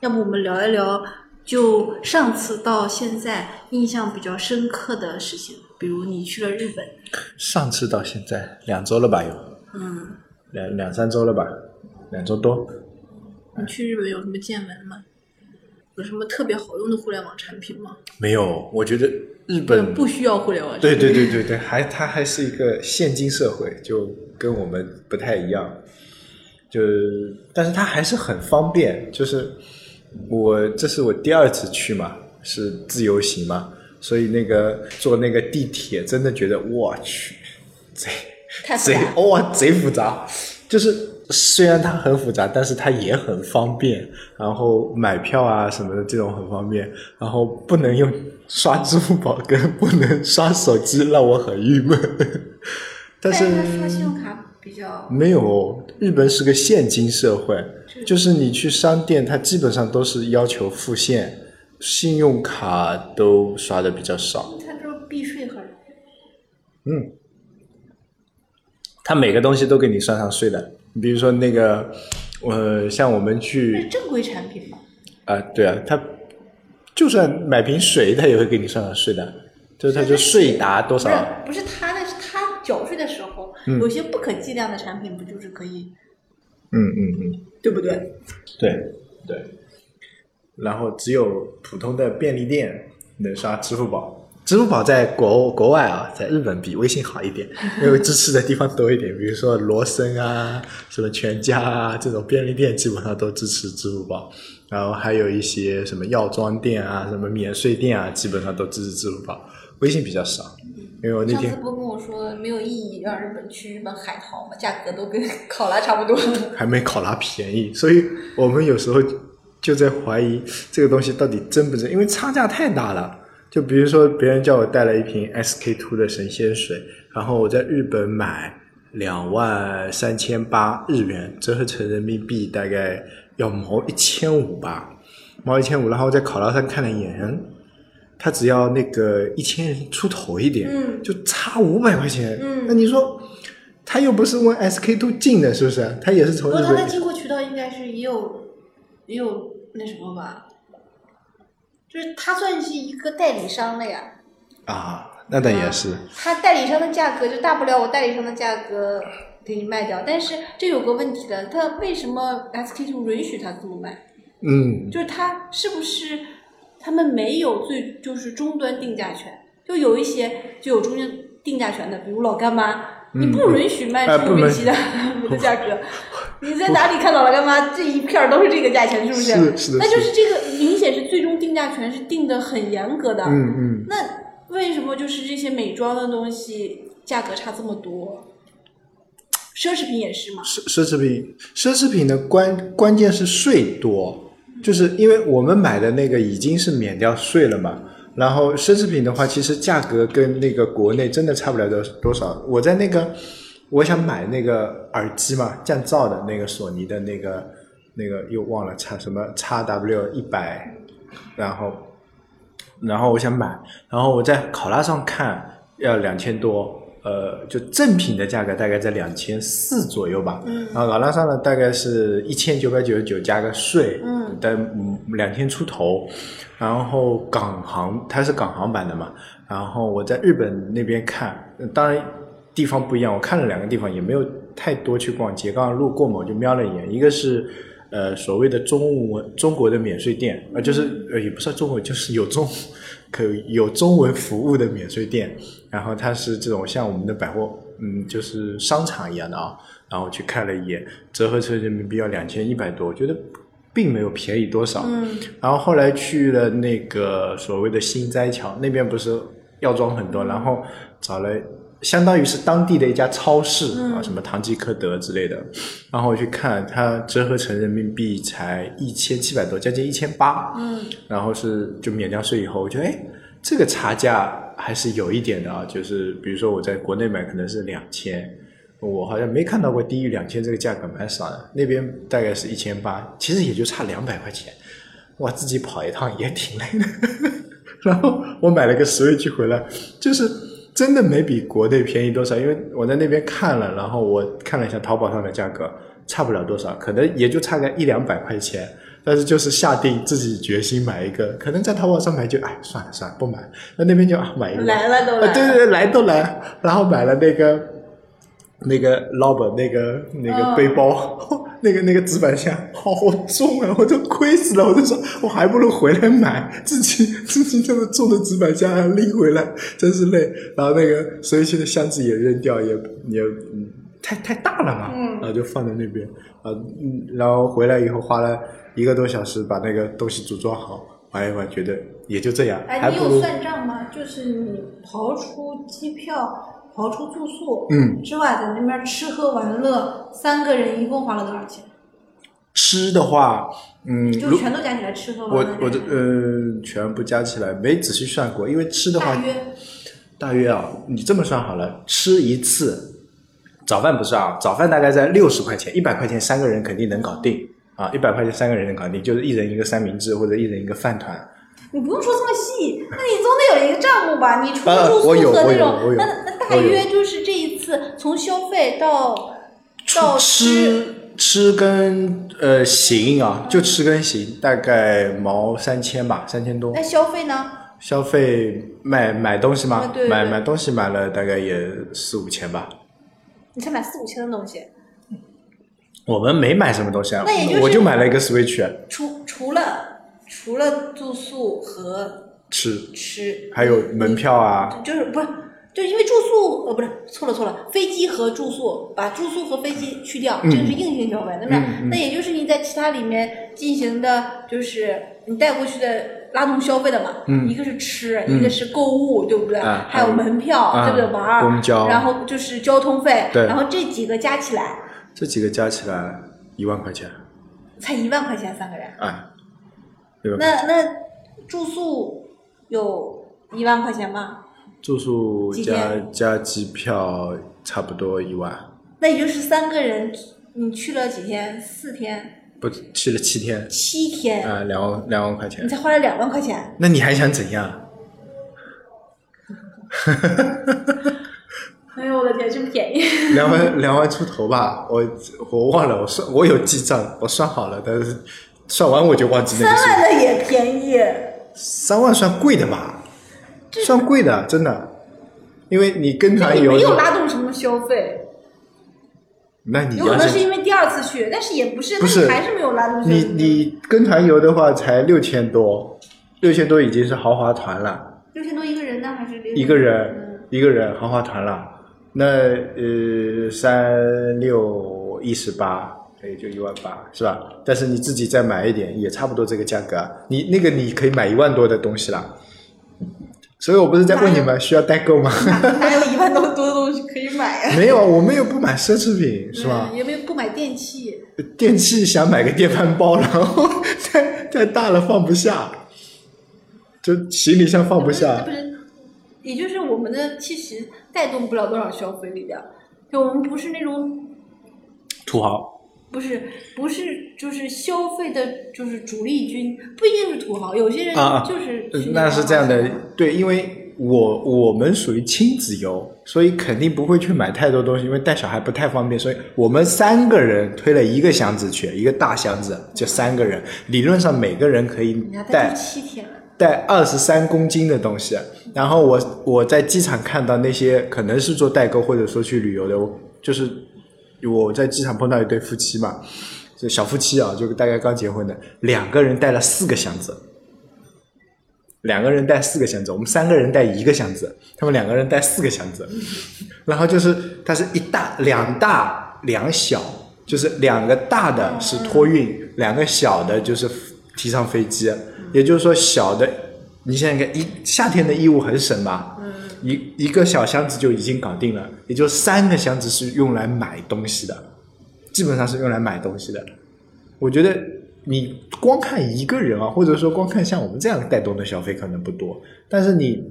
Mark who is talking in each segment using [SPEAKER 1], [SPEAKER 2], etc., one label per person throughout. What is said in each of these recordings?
[SPEAKER 1] 要不我们聊一聊，就上次到现在印象比较深刻的事情，比如你去了日本，
[SPEAKER 2] 上次到现在两周了吧？有
[SPEAKER 1] 嗯，
[SPEAKER 2] 两两三周了吧？两周多。
[SPEAKER 1] 你去日本有什么见闻吗？有什么特别好用的互联网产品吗？
[SPEAKER 2] 没有，我觉得日本
[SPEAKER 1] 不需要互联网产品。
[SPEAKER 2] 对对对对对，还它还是一个现今社会，就跟我们不太一样。就是，但是它还是很方便。就是我这是我第二次去嘛，是自由行嘛，所以那个坐那个地铁，真的觉得我去，贼
[SPEAKER 1] 太复
[SPEAKER 2] 贼哦
[SPEAKER 1] 杂
[SPEAKER 2] 哇、贼复杂。就是虽然它很复杂，但是它也很方便。然后买票啊什么的这种很方便，然后不能用 刷支付宝跟不能刷手机，让我很郁闷。 但是
[SPEAKER 1] 他刷信用卡比较
[SPEAKER 2] 没有，日本是个现金社会，就是你去商店，它基本上都是要求付现，信用卡都刷的比较少。
[SPEAKER 1] 它这是避税好像。
[SPEAKER 2] 嗯，它每个东西都给你算上税的，你比如说那个，呃，像我们
[SPEAKER 1] 那
[SPEAKER 2] 去
[SPEAKER 1] 是正规产品吗？
[SPEAKER 2] 啊、对啊，它就算买瓶水，它也会给你算上税的，就是它就税达多
[SPEAKER 1] 不是
[SPEAKER 2] 少。，
[SPEAKER 1] 不是他的，是他缴税的时候，
[SPEAKER 2] 嗯
[SPEAKER 1] 有些不可计量的产品不就是可以，
[SPEAKER 2] 嗯嗯嗯，
[SPEAKER 1] 对不对？
[SPEAKER 2] 对对，然后只有普通的便利店能刷支付宝。支付宝在国国外啊，在日本比微信好 一点，因为支持的地方多一点，比如说罗森啊、什么全家啊这种便利店基本上都支持支付宝，然后还有一些什么药妆店啊、什么免税店啊，基本上都支持支付宝。微信比较少，因为我那
[SPEAKER 3] 上
[SPEAKER 2] 天
[SPEAKER 3] 次不跟我说没有意义让日本去日本海淘吗？价格都跟 考拉差不多。
[SPEAKER 2] 还没考拉便宜，所以我们有时候就在怀疑这个东西到底真不真，因为差价太大了。就比如说，别人叫我带了一瓶 SK two 的神仙水，然后我在日本买两万三千八日元，折合成人民币大概要毛一千五吧，毛一千五。然后我在考拉上看了一眼，嗯它只要那个一千出头一点，
[SPEAKER 1] 嗯
[SPEAKER 2] 就差五百块钱。
[SPEAKER 1] 嗯
[SPEAKER 2] 那你说，他又不是问 SK two 进的，是不是？他也是
[SPEAKER 1] 不
[SPEAKER 2] 从日
[SPEAKER 1] 过他的
[SPEAKER 2] 本。
[SPEAKER 1] 进货渠道应该是也有也有那什么吧，
[SPEAKER 3] 就是它算是一个代理商了呀，
[SPEAKER 2] 啊，那倒也是，
[SPEAKER 3] 它代理商的价格就大不了我代理商的价格给你卖掉，但是这有个问题的，它为什么 SK two 允许它这么卖？
[SPEAKER 2] 嗯，
[SPEAKER 3] 就是它是不是他们没有最就是终端定价权？就有一些就有中间定价权的，比如老干妈，你
[SPEAKER 2] 嗯
[SPEAKER 3] 不允许卖这
[SPEAKER 2] 哎不
[SPEAKER 3] 个
[SPEAKER 2] 能
[SPEAKER 3] 明期 的的价格。你在哪里看到老干妈这一片儿都是这个价钱，是不是？
[SPEAKER 2] 是是的
[SPEAKER 3] 那就是是这个明显是最终定价权是定的很严格的。
[SPEAKER 2] 嗯嗯，
[SPEAKER 3] 那为什么就是这些美妆的东西价格差这么多？奢侈品也是嘛，
[SPEAKER 2] 奢奢侈品，奢侈品的关关键是税多，就是因为我们买的那个已经是免掉税了嘛。然后奢侈品的话，其实价格跟那个国内真的差不了多多少。我在那个，我想买那个耳机嘛，降噪的那个索尼的那个那个又忘了叉什么叉 W 一百，然后然后我想买，然后我在考拉上看要两千多，呃，就正品的价格大概在两千四左右吧。嗯，然后考拉上呢大概是一千九百九十九加个税，嗯，但两千出头。然后港行它是港行版的嘛，然后我在日本那边看，呃当然地方不一样，我看了两个地方，也没有太多去逛街。刚刚路过嘛，我就瞄了一眼，一个是呃所谓的中文中国的免税店，呃就是呃也不算中国，就是有中 可有中文服务的免税店，然后它是这种像我们的百货，嗯，就是商场一样的啊。然后我去看了一眼，折合成人民币要两千一百多，我觉得并没有便宜多少。
[SPEAKER 1] 嗯，
[SPEAKER 2] 然后后来去了那个所谓的新斋桥那边，不是药妆很多，然后找了相当于是当地的一家超市、啊，什么唐吉诃德之类的，然后我去看它折合成人民币才一千七百多，将近一千八，嗯，然后是就免掉税以后，我觉得哎，这个差价还是有一点的啊，就是比如说我在国内买可能是两千。我好像没看到过低于两千这个价格，蛮少的。那边大概是一千八，其实也就差两百块钱。哇，自己跑一趟也挺累的。 然后我买了个 Switch 回来，就是真的没比国内便宜多少，因为我在那边看了，然后我看了一下淘宝上的价格，差不了多少，可能也就差个一两百块钱。但是就是下定自己决心买一个，可能在淘宝上买就哎算了算了不买，那那边就啊买一个吧，
[SPEAKER 4] 来了都来
[SPEAKER 2] 啊，
[SPEAKER 4] 了，
[SPEAKER 2] 对对对，来都来，然后买了那个那个 Lob 那个那个
[SPEAKER 4] 嗯
[SPEAKER 2] 背包，那个那个纸板箱，好重啊，我都亏死了，我就说我还不如回来买，自己自己这么重的纸板箱还要啊拎回来，真是累。然后那个随去的箱子也扔掉，也也。嗯太太大了嘛，
[SPEAKER 4] 嗯
[SPEAKER 2] 然后就放在那边，啊，嗯然后回来以后花了一个多小时把那个东西组装好，玩一玩，觉得也就这样，还
[SPEAKER 4] 哎，你
[SPEAKER 2] 不
[SPEAKER 4] 有
[SPEAKER 2] 如
[SPEAKER 4] 算账吗？就是你刨出机票、刨出住宿，
[SPEAKER 2] 嗯，
[SPEAKER 4] 之外，在那边吃喝玩乐，三个人一共花了多少钱？
[SPEAKER 2] 吃的话，嗯，
[SPEAKER 4] 就
[SPEAKER 2] 如
[SPEAKER 4] 全都加起来吃喝玩
[SPEAKER 2] 我
[SPEAKER 4] 乐。
[SPEAKER 2] 我这呃全部加起来没仔细算过，因为吃的话
[SPEAKER 4] 大约
[SPEAKER 2] 大约啊，你这么算好了，吃一次早饭不算啊，早饭大概在六十块钱，一百块钱三个人肯定能搞定啊，一百块钱三个人能搞定，就是一人一个三明治或者一人一个饭团。
[SPEAKER 4] 你不用说这么细，那你总得有一个账目吧？你除
[SPEAKER 2] 啊
[SPEAKER 4] 了住宿
[SPEAKER 2] 我有
[SPEAKER 4] 和
[SPEAKER 2] 我
[SPEAKER 4] 那
[SPEAKER 2] 有我
[SPEAKER 4] 种，
[SPEAKER 2] 有
[SPEAKER 4] 那那大
[SPEAKER 2] 我有
[SPEAKER 4] 约就是这一次从消费到到
[SPEAKER 2] 吃吃跟呃行啊，就吃跟行，大概毛三千吧，三千多
[SPEAKER 4] 那。消费呢？
[SPEAKER 2] 消费买买东西吗
[SPEAKER 4] 啊？对
[SPEAKER 2] 买
[SPEAKER 4] 对
[SPEAKER 2] 买东西买了大概也四五千吧。
[SPEAKER 4] 你才买四五千的东西，
[SPEAKER 2] 我们没买什么东西啊，
[SPEAKER 4] 那也就是
[SPEAKER 2] 我就买了一个 Switch
[SPEAKER 4] 除除了除了住宿和
[SPEAKER 2] 吃，
[SPEAKER 4] 吃，
[SPEAKER 2] 还有门票啊，
[SPEAKER 4] 就是不是就因为住宿呃不是错了错了，飞机和住宿把住宿和飞机去掉，
[SPEAKER 2] 嗯
[SPEAKER 4] 这个是硬性消费，那么、
[SPEAKER 2] 嗯嗯
[SPEAKER 4] 那也就是你在其他里面进行的，就是你带过去的拉动消费的嘛，
[SPEAKER 2] 嗯
[SPEAKER 4] 一个是吃，
[SPEAKER 2] 嗯
[SPEAKER 4] 一个是购物，对不对？
[SPEAKER 2] 啊
[SPEAKER 4] 还有门票，
[SPEAKER 2] 啊
[SPEAKER 4] 对不对？玩儿，
[SPEAKER 2] 公交
[SPEAKER 4] 然后就是交通费，
[SPEAKER 2] 对
[SPEAKER 4] 然后这几个加起来
[SPEAKER 2] 这几个加起来一万块钱，
[SPEAKER 4] 才一万块钱三个人，
[SPEAKER 2] 啊，对吧？
[SPEAKER 4] 那那住宿有一万块钱吗？
[SPEAKER 2] 住宿
[SPEAKER 4] 几
[SPEAKER 2] 加
[SPEAKER 4] 天
[SPEAKER 2] 加机票差不多一万，
[SPEAKER 4] 那也就是三个人，你去了几天？四天、
[SPEAKER 2] 不去了七天，
[SPEAKER 4] 七天，
[SPEAKER 2] 啊，两万两万块钱
[SPEAKER 4] 你，才花了两万块钱。
[SPEAKER 2] 那你还想怎样？
[SPEAKER 4] 哎呦我的天，真便宜！
[SPEAKER 2] 两万 两万出头吧，我我忘了，我算我有记账，我算好了，但是算完我就忘记
[SPEAKER 4] 三
[SPEAKER 2] 那个数
[SPEAKER 4] 万的也便宜，
[SPEAKER 2] 三万算贵的吧？算贵的，真的，因为你跟
[SPEAKER 4] 那
[SPEAKER 2] 团
[SPEAKER 4] 你
[SPEAKER 2] 游
[SPEAKER 4] 没，有拉动什么消费，
[SPEAKER 2] 那你
[SPEAKER 4] 有可
[SPEAKER 2] 要
[SPEAKER 4] 能是
[SPEAKER 2] 是
[SPEAKER 4] 因为第二次去，但是也不是，
[SPEAKER 2] 不是
[SPEAKER 4] 那你还是没有拉动消费。
[SPEAKER 2] 你你跟团游的话，才六千多，六千多已经是豪华团了，
[SPEAKER 4] 六千多一个人呢，还是
[SPEAKER 2] 一个人一个人豪华团了，那呃三六一十八。也就一万八是吧？但是你自己再买一点，也差不多这个价格啊。你那个你可以买一万多的东西啦。所以我不是在问你
[SPEAKER 4] 哪
[SPEAKER 2] 们需要代购 吗？
[SPEAKER 4] 嗯哪有一万多多的东西可以买呀？
[SPEAKER 2] 没有，我们又不买奢侈品，是吧？
[SPEAKER 4] 嗯？有没有不买电器？
[SPEAKER 2] 电器想买个电饭煲，然后 太太大了放不下，就行李箱放
[SPEAKER 4] 这
[SPEAKER 2] 不下
[SPEAKER 4] 不。是，也就是我们的其实带动不了多少消费力的，就我们不是那种
[SPEAKER 2] 土豪，
[SPEAKER 4] 不是不是就是消费的，就是主力军，不一定是土豪，有些人
[SPEAKER 2] 啊啊
[SPEAKER 4] 就是去
[SPEAKER 2] 那是这样
[SPEAKER 4] 买
[SPEAKER 2] 的
[SPEAKER 4] 房，
[SPEAKER 2] 对，因为我我们属于亲子游，所以肯定不会去买太多东西，因为带小孩不太方便，所以我们三个人推了一个箱子去，一个大箱子，就三个人，理论上每个人可以
[SPEAKER 4] 人家带
[SPEAKER 2] 带
[SPEAKER 4] 住七天了，
[SPEAKER 2] 带二十三公斤的东西，啊然后我我在机场看到那些可能是做代购或者说去旅游的，我就是我在机场碰到一对夫妻嘛，就小夫妻啊，就大概刚结婚的，两个人带了四个箱子，两个人带四个箱子，我们三个人带一个箱子，他们两个人带四个箱子，然后就是它是一大两大两小，就是两个大的是托运，两个小的就是提上飞机。也就是说，小的你想想看，一夏天的衣物很省吧？一一个小箱子就已经搞定了，也就三个箱子是用来买东西的，基本上是用来买东西的。我觉得你光看一个人啊，或者说光看像我们这样带动的消费可能不多，但是你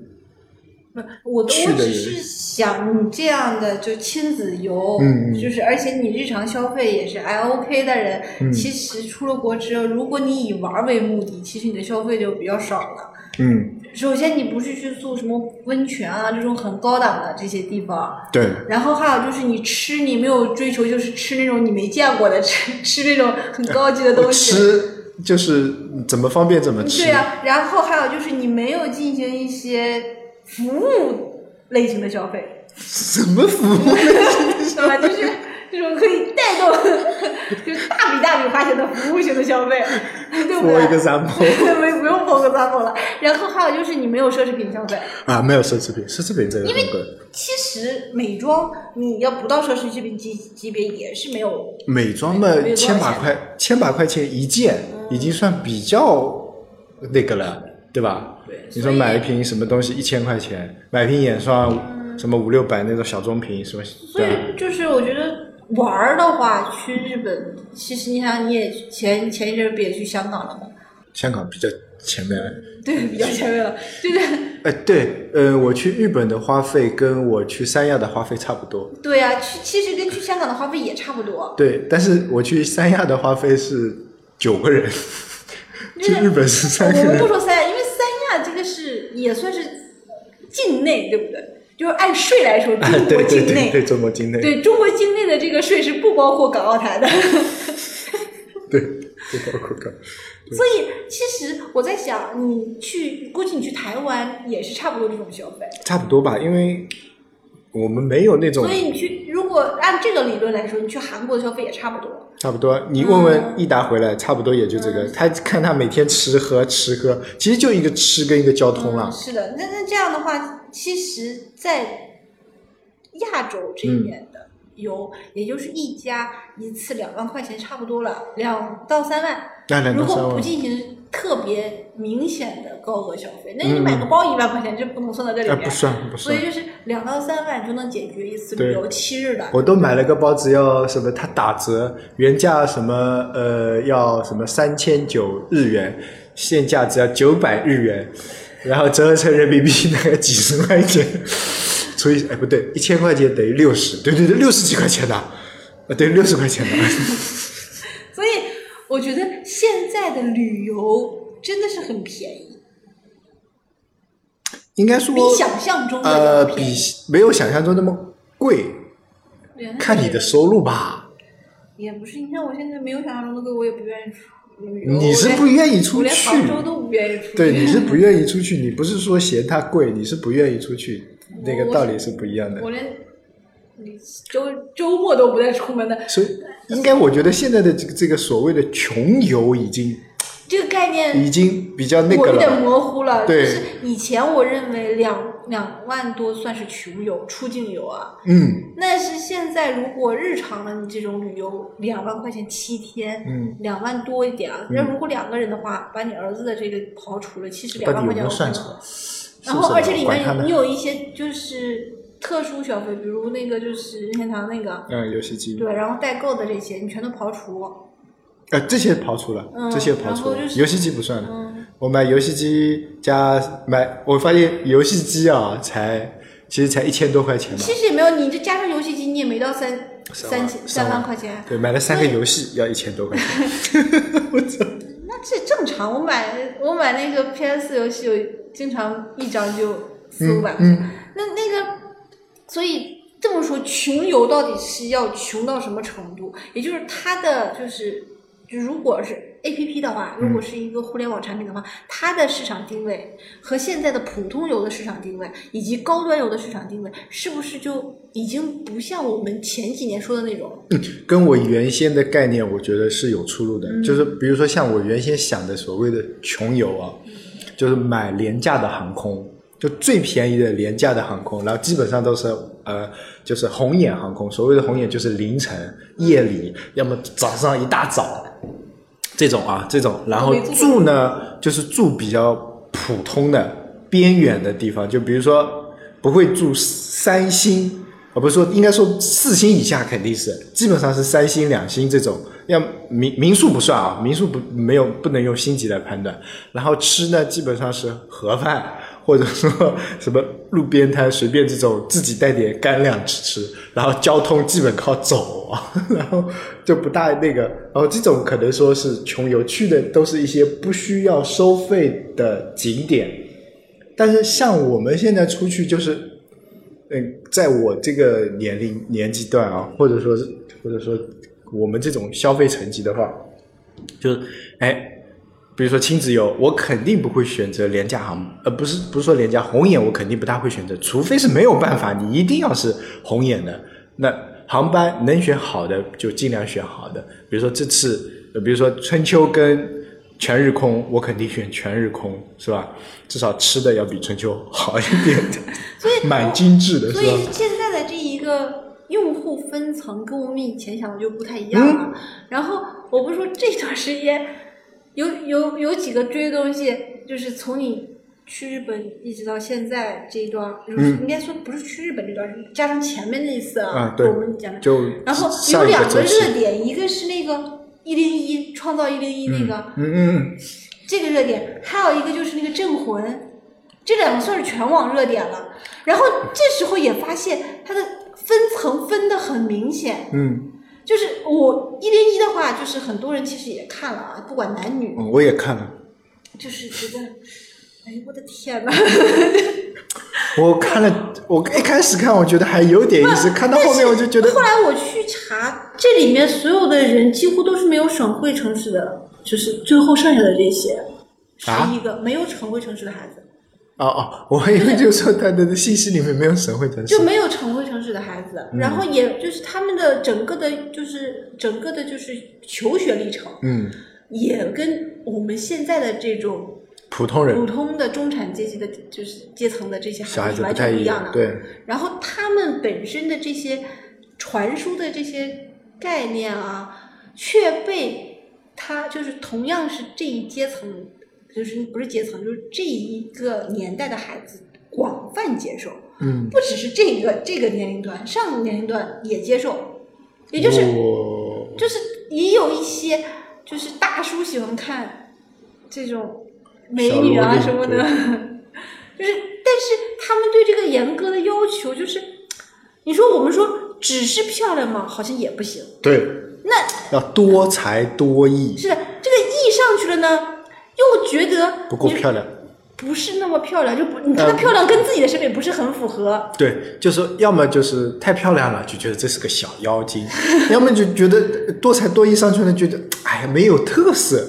[SPEAKER 4] 不，我都我
[SPEAKER 2] 去的
[SPEAKER 4] 只
[SPEAKER 2] 也
[SPEAKER 4] 是想你这样的就亲子游，
[SPEAKER 2] 嗯嗯
[SPEAKER 4] 就是而且你日常消费也是 I O K 的人，其实出了国之后，如果你以玩儿为目的，其实你的消费就比较少了。
[SPEAKER 2] 嗯，
[SPEAKER 4] 首先，你不是去住什么温泉啊这种很高档的这些地方，
[SPEAKER 2] 对，
[SPEAKER 4] 然后还有就是你吃， 你没有追求，就是吃那种你没见过的，吃吃那种很高级的
[SPEAKER 2] 我
[SPEAKER 4] 东西。嗯
[SPEAKER 2] 吃就是怎么方便怎么吃。
[SPEAKER 4] 对啊呀、然后还有就是你没有进行一些服务类型的消费，
[SPEAKER 2] 什么服务？
[SPEAKER 4] 对吧？就是 这种可以带动， 就是大笔大笔花钱的服务型的消 费，对不
[SPEAKER 2] 我一
[SPEAKER 4] 对？
[SPEAKER 2] 个 example
[SPEAKER 4] 没 不用捧个杂捧了。然后还有就是你没有奢侈品消费，
[SPEAKER 2] 啊，没有奢侈品，奢侈品这个很贵。
[SPEAKER 4] 其实美妆你要不到奢侈品级级别也是没有，
[SPEAKER 2] 美妆嘛
[SPEAKER 4] 美，妆
[SPEAKER 2] 千把块，千把块钱一件，
[SPEAKER 4] 嗯
[SPEAKER 2] 已经算比较那个了，对吧？
[SPEAKER 4] 对
[SPEAKER 2] 你
[SPEAKER 4] 所
[SPEAKER 2] 说
[SPEAKER 4] 以嗯
[SPEAKER 2] 买一瓶什么东西一千块钱，买瓶眼霜什么五六百那种小棕瓶，什么
[SPEAKER 4] 所
[SPEAKER 2] 对啊吧？
[SPEAKER 4] 以就是我觉得。玩儿的话，去日本，其实你想，你也前前一阵儿不也去香港了吗？
[SPEAKER 2] 香港比较前面了。
[SPEAKER 4] 对，比较前卫了，对对
[SPEAKER 2] 哎，对，呃，我去日本的花费跟我去三亚的花费差不多，
[SPEAKER 4] 对呀、去其实跟去香港的花费也差不多。
[SPEAKER 2] 对，但是我去三亚的花费是九个人，去日本是
[SPEAKER 4] 我
[SPEAKER 2] 三个
[SPEAKER 4] 们不
[SPEAKER 2] 人，
[SPEAKER 4] 说三亚，因为三亚这个是也算是境内，对不对？就是按税来说，中国
[SPEAKER 2] 哎对
[SPEAKER 4] 境
[SPEAKER 2] 对
[SPEAKER 4] 内，
[SPEAKER 2] 啊对对，中国境内，
[SPEAKER 4] 对中国境内的这个税是不包括港澳台的。
[SPEAKER 2] 对，不包括港。
[SPEAKER 4] 所以其实我在想，你去估计你去台湾也是差不多这种消费。
[SPEAKER 2] 差不多吧，因为我们没有那种
[SPEAKER 4] 所以你去，如果按这个理论来说，你去韩国的消费也差不多。
[SPEAKER 2] 差不多。啊你问
[SPEAKER 4] 嗯
[SPEAKER 2] 问益达回来，差不多也就这个。他看他每天吃喝吃喝，其实就一个吃跟一个交通了。
[SPEAKER 4] 嗯是的，那那这样的话，其实，在亚洲这边的油，也就是一家一次两万块钱差不多了，两到三万。
[SPEAKER 2] 那两
[SPEAKER 4] 如
[SPEAKER 2] 到三
[SPEAKER 4] 果不
[SPEAKER 2] 万，
[SPEAKER 4] 进行特别明显的高额消费，那你
[SPEAKER 2] 嗯
[SPEAKER 4] 买个包一万块钱，这不能算到这里
[SPEAKER 2] 哎，
[SPEAKER 4] 边
[SPEAKER 2] 不。算不
[SPEAKER 4] 所
[SPEAKER 2] 算
[SPEAKER 4] 以。就是两到三万就能解决一次旅游七日的。
[SPEAKER 2] 我都买了个包，只要什么，它打折，原价什么呃要什么三千九日元，现价只要九百日元，然后折合成人民币大概几十块钱，除以哎不对，一千块钱等于六十，对对对，六十几块钱的，呃对六十块钱的，
[SPEAKER 4] 所以我觉得现在的旅游真的是很便宜，
[SPEAKER 2] 应该说
[SPEAKER 4] 比想象中的
[SPEAKER 2] 呃
[SPEAKER 4] 要便
[SPEAKER 2] 比
[SPEAKER 4] 宜。
[SPEAKER 2] 没有想象中那么贵，
[SPEAKER 4] 对
[SPEAKER 2] 看你的收入吧。
[SPEAKER 4] 也不是，你看我现在没有想象中的贵，我也不愿意出旅游。
[SPEAKER 2] 你是
[SPEAKER 4] 我连
[SPEAKER 2] 不愿意出
[SPEAKER 4] 我
[SPEAKER 2] 去
[SPEAKER 4] 连，杭州都不愿意出去。
[SPEAKER 2] 对，你是不愿意出去，你不是说嫌它贵，你是不愿意出去，那个道理是不一样的
[SPEAKER 4] 我。连周周末都不带出门的，
[SPEAKER 2] 所以，应该我觉得现在的这个这个所谓的穷游已经
[SPEAKER 4] 这个概念
[SPEAKER 2] 已经比较那
[SPEAKER 4] 我
[SPEAKER 2] 个
[SPEAKER 4] 有点
[SPEAKER 2] 了，
[SPEAKER 4] 模糊了。
[SPEAKER 2] 对
[SPEAKER 4] 就是以前我认为两两万多算是穷游、出境游啊，
[SPEAKER 2] 嗯
[SPEAKER 4] 但是现在如果日常的你这种旅游，两万块钱七天。
[SPEAKER 2] 嗯，
[SPEAKER 4] 两万多一点啊，
[SPEAKER 2] 嗯
[SPEAKER 4] 那、如果两个人的话，把你儿子的这个刨除了，其实两
[SPEAKER 2] 到
[SPEAKER 4] 万
[SPEAKER 2] 底有
[SPEAKER 4] 块钱我
[SPEAKER 2] 没有算
[SPEAKER 4] 可
[SPEAKER 2] 出
[SPEAKER 4] 能
[SPEAKER 2] 来？是
[SPEAKER 4] 然
[SPEAKER 2] 不
[SPEAKER 4] 后
[SPEAKER 2] 是
[SPEAKER 4] 而且里
[SPEAKER 2] 管他
[SPEAKER 4] 面
[SPEAKER 2] 呢
[SPEAKER 4] 你有一些就是特殊消费，比如那个就是任天堂那个，
[SPEAKER 2] 嗯，游戏机，
[SPEAKER 4] 对，然后代购的这些你全都刨除，
[SPEAKER 2] 呃，这些刨除了，
[SPEAKER 4] 嗯
[SPEAKER 2] 这些刨除
[SPEAKER 4] 然
[SPEAKER 2] 了
[SPEAKER 4] 后就，是
[SPEAKER 2] 游戏机不算了。
[SPEAKER 4] 嗯，
[SPEAKER 2] 我买游戏机加买，我发现游戏机啊，才其实才一千多块钱嘛
[SPEAKER 4] 其。实也没有，你这加上游戏机你也没到三
[SPEAKER 2] 三
[SPEAKER 4] 三
[SPEAKER 2] 万
[SPEAKER 4] 千
[SPEAKER 2] 三
[SPEAKER 4] 三
[SPEAKER 2] 万
[SPEAKER 4] 万块钱，
[SPEAKER 2] 对，买了三个游戏要一千多块钱。
[SPEAKER 4] 那这正常。我买我买那个 PS 游戏，有经常一张就四五百，
[SPEAKER 2] 嗯，
[SPEAKER 4] 那那个，所以这么说，穷游到底是要穷到什么程度？也就是它的就是，就如果是 A P P 的话，如果是一个互联网产品的话，它的市场定位和现在的普通游的市场定位以及高端游的市场定位，是不是就已经不像我们前几年说的那种了？
[SPEAKER 2] 跟我原先的概念，我觉得是有出入的。就是比如说像我原先想的所谓的穷游啊，就是买廉价的航空，就最便宜的廉价的航空，然后基本上都是呃，就是红眼航空。所谓的红眼就是凌晨、夜里，要么早上一大早这种啊，这种。然后
[SPEAKER 4] 没住过
[SPEAKER 2] 住呢，就是住比较普通的边远的地方，就比如说不会住三星，啊，不是说应该说四星以下肯定是，基本上是三星、两星这种。要民民宿不算啊，民宿不没有不能用星级来判断。然后吃呢，基本上是盒饭，或者说什么路边摊随便这种，自己带点干粮吃吃。然后交通基本靠走啊， 然后就不大那个。然后这种可能说是穷游去的都是一些不需要收费的景点，但是像我们现在出去就是嗯，在我这个年龄年纪段啊，或者说是或者说我们这种消费层级的话，就是哎，比如说亲子游，我肯定不会选择廉价航母，呃，不是不是说廉价，红眼我肯定不大会选择，除非是没有办法，你一定要是红眼的。那航班能选好的就尽量选好的，比如说这次，呃比如说春秋跟全日空，我肯定选全日空，是吧？至少吃的要比春秋好一点
[SPEAKER 4] 所以
[SPEAKER 2] 蛮精致的，是
[SPEAKER 4] 所
[SPEAKER 2] 吧
[SPEAKER 4] 以？现在的这一个用户分层跟我们以前想的就不太一样
[SPEAKER 2] 嗯
[SPEAKER 4] 了。然后我不是说这段时间有有有几个追东西，就是从你去日本一直到现在这一段，就是应该说不是去日本这段，是加上前面那一次
[SPEAKER 2] 嗯啊对
[SPEAKER 4] 我们讲的。
[SPEAKER 2] 就
[SPEAKER 4] 然后
[SPEAKER 2] 上
[SPEAKER 4] 有
[SPEAKER 2] 一
[SPEAKER 4] 两个
[SPEAKER 2] 周期
[SPEAKER 4] 热点，一个是那个一零一创造一零一那个、
[SPEAKER 2] 嗯嗯嗯，
[SPEAKER 4] 这个热点，还有一个就是那个镇魂，这两个算是全网热点了。然后这时候也发现它的分层分的很明显，
[SPEAKER 2] 嗯，
[SPEAKER 4] 就是我一零一的话，就是很多人其实也看了啊，不管男女，
[SPEAKER 2] 嗯我也看了，
[SPEAKER 4] 就是觉得，哎呦我的天呐！
[SPEAKER 2] 我看了，我一开始看我觉得还有点意思， 看到后面我就觉得
[SPEAKER 4] 后来我去查，
[SPEAKER 1] 这里面所有的人几乎都是没有省会城市的，就是最后剩下的这些。
[SPEAKER 4] 十
[SPEAKER 2] 啊
[SPEAKER 4] 一个、没有城会城市的孩子，
[SPEAKER 2] 哦哦，我还以为就是说他的信息里面没有省会城市
[SPEAKER 4] 就，没有城会城市的孩子，
[SPEAKER 2] 嗯
[SPEAKER 4] 然后也就是他们的整个的，就是整个的，就是求学历程，
[SPEAKER 2] 嗯，
[SPEAKER 4] 也跟我们现在的这种
[SPEAKER 2] 普通
[SPEAKER 4] 普
[SPEAKER 2] 人
[SPEAKER 4] 通的中产阶级的，就是阶层的这些
[SPEAKER 2] 小
[SPEAKER 4] 孩
[SPEAKER 2] 孩
[SPEAKER 4] 子
[SPEAKER 2] 子不
[SPEAKER 4] 完
[SPEAKER 2] 太
[SPEAKER 4] 全不
[SPEAKER 2] 一
[SPEAKER 4] 一样啊
[SPEAKER 2] 样，
[SPEAKER 4] 的。。
[SPEAKER 2] 对，
[SPEAKER 4] 然后他们本身的这些传输的这些概念啊，却被他就是同样是这一阶层，就是不是阶层，就是这一个年代的孩子广泛接受。
[SPEAKER 2] 嗯，
[SPEAKER 4] 不只是这个这个年龄段，上个年龄段也接受，也就是、
[SPEAKER 2] 嗯我
[SPEAKER 4] 就是也有一些就是大叔喜欢看这种美女啊
[SPEAKER 2] 小
[SPEAKER 4] 什
[SPEAKER 2] 萝
[SPEAKER 4] 么
[SPEAKER 2] 莉
[SPEAKER 4] 的，就是但是他们对这个严格的要求就是，你说我们说只是漂亮嘛，好像也不行，
[SPEAKER 2] 对，那要多才多艺，
[SPEAKER 4] 是的，这个意上去了呢，又觉得
[SPEAKER 2] 不够
[SPEAKER 4] 你
[SPEAKER 2] 漂亮。
[SPEAKER 4] 不是那么漂亮，就不你她的
[SPEAKER 2] 嗯
[SPEAKER 4] 漂亮跟自己的审美不是很符合，
[SPEAKER 2] 对，就是说要么就是太漂亮了，就觉得这是个小妖精；要么就觉得多才多艺上去了，觉得哎呀没有特色。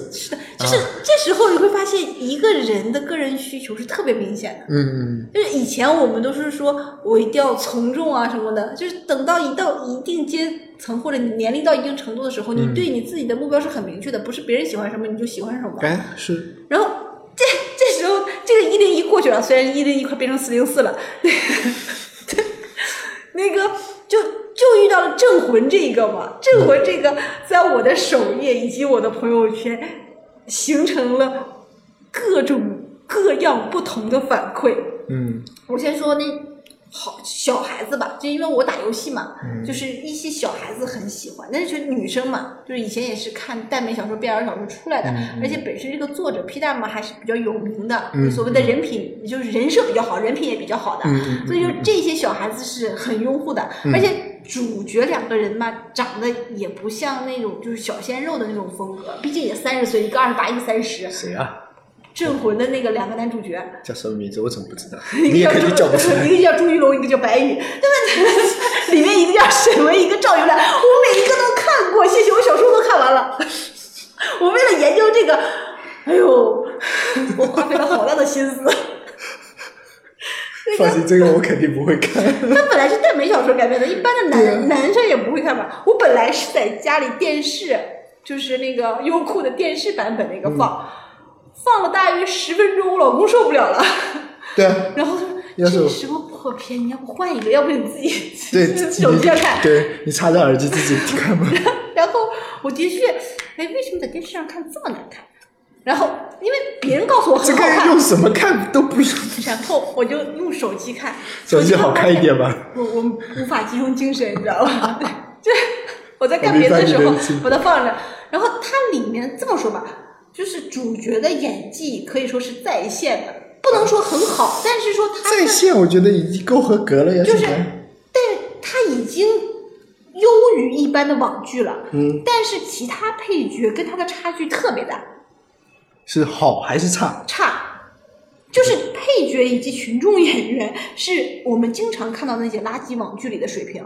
[SPEAKER 4] 就是这时候你会发现，一个人的个人需求是特别明显的。
[SPEAKER 2] 嗯，
[SPEAKER 4] 就是以前我们都是说我一定要从众啊什么的，就是等到一到一定阶层或者你年龄到一定程度的时候，你对你自己的目标是很明确的，不是别人喜欢什么你就喜欢什么。
[SPEAKER 2] 哎是，
[SPEAKER 4] 然后这这时候这个一零一过去了，虽然一零一快变成四零四了， 那个就就遇到了镇魂这一个嘛，镇魂这个在我的首页以及我的朋友圈形成了各种各样不同的反馈。
[SPEAKER 2] 嗯
[SPEAKER 4] 我先说那好小孩子吧，就因为我打游戏嘛，
[SPEAKER 2] 嗯
[SPEAKER 4] 就是一些小孩子很喜欢，但是女生嘛，就是以前也是看耽美小说、BL 小说出来的，而且本身这个作者 P 大嘛还是比较有名的，
[SPEAKER 2] 嗯
[SPEAKER 4] 所谓的人品就是人设比较好，人品也比较好的，
[SPEAKER 2] 嗯嗯
[SPEAKER 4] 所以就这些小孩子是很拥护的，而且主角两个人嘛，长得也不像那种就是小鲜肉的那种风格，毕竟也三十岁，一个二十八，一个三十，
[SPEAKER 2] 谁啊？
[SPEAKER 4] 镇魂的那个两个男主角，
[SPEAKER 2] 叫什么名字？我怎么不知道？
[SPEAKER 4] 一
[SPEAKER 2] 你也
[SPEAKER 4] 个
[SPEAKER 2] 肯定
[SPEAKER 4] 叫
[SPEAKER 2] 叫不出
[SPEAKER 4] 朱，
[SPEAKER 2] 来。
[SPEAKER 4] 一个叫朱一龙，一个叫白宇，他们 里面一个叫沈巍，一个赵由来，我每一个都看过，谢谢，我小说都看完了。 我为了研究这个，哎呦， 我花费了好大的心思。
[SPEAKER 2] 放心，这个我肯定不会看。
[SPEAKER 4] 它本来是耽美小说改编的，一般的
[SPEAKER 2] 对啊
[SPEAKER 4] 男男生也不会看吧。我本来是在家里电视，就是那个优酷的电视版本那个
[SPEAKER 2] 嗯
[SPEAKER 4] 放，放了大约十分钟，我老公受不了了。
[SPEAKER 2] 对啊，
[SPEAKER 4] 然后他
[SPEAKER 2] 要
[SPEAKER 4] 说：“这
[SPEAKER 2] 是我
[SPEAKER 4] 个什么破片，你要不换一个，要不你自己
[SPEAKER 2] 对，
[SPEAKER 4] 手机上看。
[SPEAKER 2] 对你插着耳机自己 看吧。”
[SPEAKER 4] 然后我的确，哎，为什么在电视上看这么难看？然后因为别人告诉我
[SPEAKER 2] 这
[SPEAKER 4] 很好
[SPEAKER 2] 个
[SPEAKER 4] 看
[SPEAKER 2] 用，什么看都不是，
[SPEAKER 4] 然后我就用手机看，
[SPEAKER 2] 手机好看一点
[SPEAKER 4] 吧。
[SPEAKER 2] 吧？
[SPEAKER 4] 我我无法集中精神，你知道吗？ 就我在
[SPEAKER 2] 我
[SPEAKER 4] 干
[SPEAKER 2] 明
[SPEAKER 4] 别的
[SPEAKER 2] 白你
[SPEAKER 4] 时
[SPEAKER 2] 的
[SPEAKER 4] 候
[SPEAKER 2] 心，
[SPEAKER 4] 我在放着。然后它里面这么说吧，就是主角的演技可以说是在线的，不能说很好，但是说他
[SPEAKER 2] 在线我觉得已经够合格了呀，
[SPEAKER 4] 就是
[SPEAKER 2] 现在
[SPEAKER 4] 但是他已经优于一般的网剧了，
[SPEAKER 2] 嗯，
[SPEAKER 4] 但是其他配角跟他的差距特别大，
[SPEAKER 2] 是好还是差？
[SPEAKER 4] 差，就是配角以及群众演员是我们经常看到那些垃圾网剧里的水平，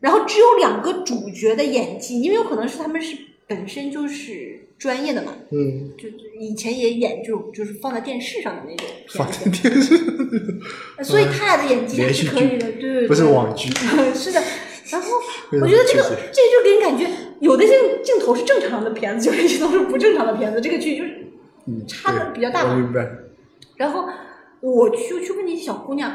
[SPEAKER 4] 然后只有两个主角的演技，因为有可能是他们是本身就是专业的嘛，
[SPEAKER 2] 嗯，
[SPEAKER 4] 就就以前也演这种就是放在电视上的那种
[SPEAKER 2] 放
[SPEAKER 4] 片
[SPEAKER 2] 在
[SPEAKER 4] 子，
[SPEAKER 2] 电视
[SPEAKER 4] 呃所以他俩的演技还
[SPEAKER 2] 嗯连续
[SPEAKER 4] 是
[SPEAKER 2] 剧
[SPEAKER 4] 可以的，对对对，
[SPEAKER 2] 不是网剧，
[SPEAKER 4] 是的。然后
[SPEAKER 2] 为什么
[SPEAKER 4] 我觉得这个
[SPEAKER 2] 确实
[SPEAKER 4] 这个就给人感觉，有的镜镜头是正常的片子，有的镜头是不正常的片子。这个剧就是
[SPEAKER 2] 嗯
[SPEAKER 4] 差的
[SPEAKER 2] 对
[SPEAKER 4] 比较大
[SPEAKER 2] 我
[SPEAKER 4] 吧
[SPEAKER 2] 明白
[SPEAKER 4] 然后我去去问那些小姑娘，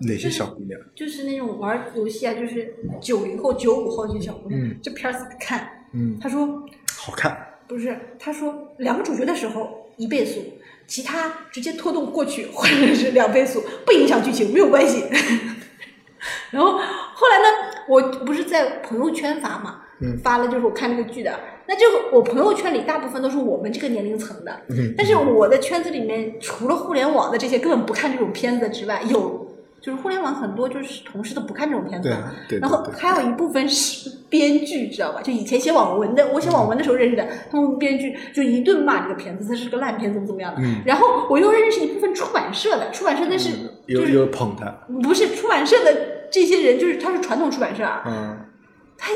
[SPEAKER 2] 哪些小姑娘？
[SPEAKER 4] 就是那种玩儿游戏啊，就是九零后、九五后那些小姑娘，
[SPEAKER 2] 嗯
[SPEAKER 4] 这片儿怎么看？
[SPEAKER 2] 嗯，
[SPEAKER 4] 她说
[SPEAKER 2] 好看，
[SPEAKER 4] 不是，她说两个主角的时候一倍速，其他直接拖动过去或者是两倍速，不影响剧情，没有关系。 然后后来呢，我不是在朋友圈发嘛，
[SPEAKER 2] 嗯
[SPEAKER 4] 发了就是我看这个剧的，那这个我朋友圈里大部分都是我们这个年龄层的，
[SPEAKER 2] 嗯，
[SPEAKER 4] 但是我的圈子里面，除了互联网的这些根本不看这种片子之外，有就是互联网很多就是同事都不看这种片子啊
[SPEAKER 2] 对
[SPEAKER 4] 的，
[SPEAKER 2] 对对
[SPEAKER 4] 然后
[SPEAKER 2] 对，
[SPEAKER 4] 还有一部分是编剧，知道吧？就以前写网文的，我写网文的时候认识的，他们编剧就一顿骂这个片子，它是个烂片，怎么怎么样的。
[SPEAKER 2] 嗯
[SPEAKER 4] 然后我又认识一部分出版社的，出版社的是、
[SPEAKER 2] 有有捧她，
[SPEAKER 4] 不是出版社的这些人，就是他是传统出版社啊，
[SPEAKER 2] 嗯，
[SPEAKER 4] 他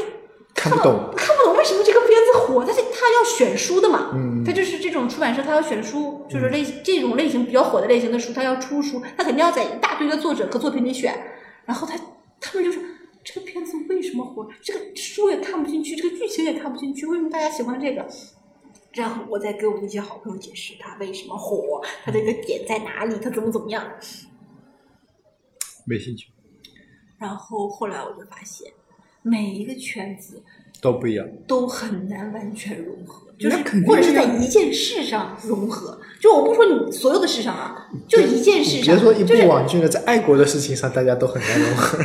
[SPEAKER 2] 看不懂，
[SPEAKER 4] 看不懂为什么这个片子火，他是他要选书的嘛，
[SPEAKER 2] 嗯
[SPEAKER 4] 他就是这种出版社，他要选书，就是类、这种类型比较火的类型的书，他要出书，他肯定要在一大堆的作者和作品里选，然后他他们就说这个片子为什么火，这个书也看不进去，这个剧情也看不进去，为什么大家喜欢这个？然后我再给我们一些好朋友解释他为什么火，他这个点在哪里，他怎么怎么样。
[SPEAKER 2] 没兴趣，
[SPEAKER 4] 然后后来我就发现，每一个圈子
[SPEAKER 2] 都不一样，
[SPEAKER 4] 都很难完全融合，就
[SPEAKER 2] 那肯
[SPEAKER 4] 是
[SPEAKER 2] 定
[SPEAKER 4] 或者是在
[SPEAKER 2] 呀
[SPEAKER 4] 一件事上融合。就我不说你所有的事上啊，就一件事上，
[SPEAKER 2] 别说一
[SPEAKER 4] 就是
[SPEAKER 2] 部网剧了，在爱国的事情上，大家都很难融合。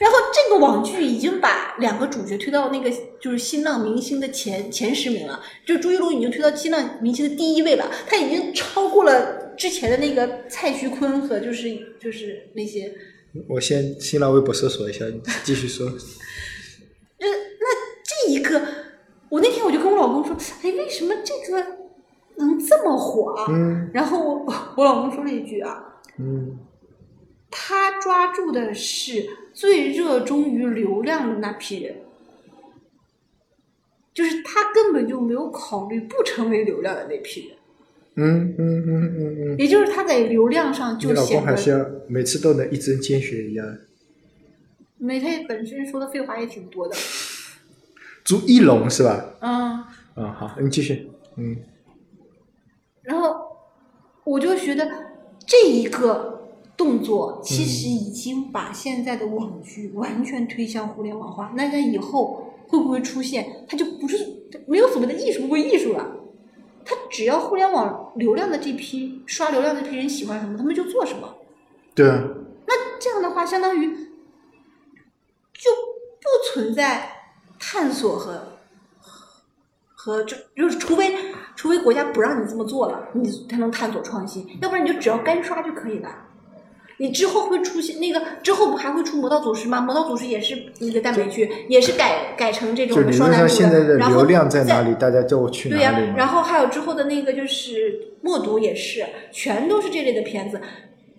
[SPEAKER 4] 然后这个网剧已经把两个主角推到那个就是新浪明星的前前十名了，就是朱一龙已经推到新浪明星的第一位了，他已经超过了之前的那个蔡徐坤和就是就是那些，
[SPEAKER 2] 我先新浪微博搜索一下，你继续说。
[SPEAKER 4] 就是那这一个，我那天我就跟我老公说，哎，为什么这个能这么火啊？
[SPEAKER 2] 嗯
[SPEAKER 4] 然后我 我老公说了一句啊，
[SPEAKER 2] 嗯
[SPEAKER 4] 他抓住的是最热衷于流量的那批人，就是他根本就没有考虑不成为流量的那批人，
[SPEAKER 2] 嗯嗯嗯嗯嗯，
[SPEAKER 4] 也就是他在流量上
[SPEAKER 2] 你
[SPEAKER 4] 就
[SPEAKER 2] 老公
[SPEAKER 4] 显
[SPEAKER 2] 还是
[SPEAKER 4] 得
[SPEAKER 2] 要每次都能一针见血一样。
[SPEAKER 4] 没他本身说的废话也挺多的，
[SPEAKER 2] 朱一龙是吧？
[SPEAKER 4] 嗯，
[SPEAKER 2] 嗯，好，你继续。嗯
[SPEAKER 4] 然后我就觉得这一个动作其实已经把现在的网剧完全推向互联网化。那在以后会不会出现？它就不是没有所谓的艺术不艺术了。它只要互联网流量的这批刷流量的这批人喜欢什么，他们就做什么。
[SPEAKER 2] 对啊，
[SPEAKER 4] 那这样的话，相当于就不存在探索和和就就是，除非除非国家不让你这么做了，你才能探索创新，要不然你就只要干刷就可以了。你之后会出现那个之后不还会出《魔道祖师》吗？《魔道祖师》也是一个蛋白剧，也是改改成这
[SPEAKER 2] 就
[SPEAKER 4] 种
[SPEAKER 2] 理
[SPEAKER 4] 双
[SPEAKER 2] 论
[SPEAKER 4] 男
[SPEAKER 2] 上
[SPEAKER 4] 主
[SPEAKER 2] 现在
[SPEAKER 4] 的，
[SPEAKER 2] 的
[SPEAKER 4] 然后
[SPEAKER 2] 流量在
[SPEAKER 4] 再
[SPEAKER 2] 哪里，大家就去
[SPEAKER 4] 对呀、
[SPEAKER 2] 哪里
[SPEAKER 4] 然
[SPEAKER 2] 嘛。
[SPEAKER 4] 后还有之后的那个就是默读也是，全都是这类的片子。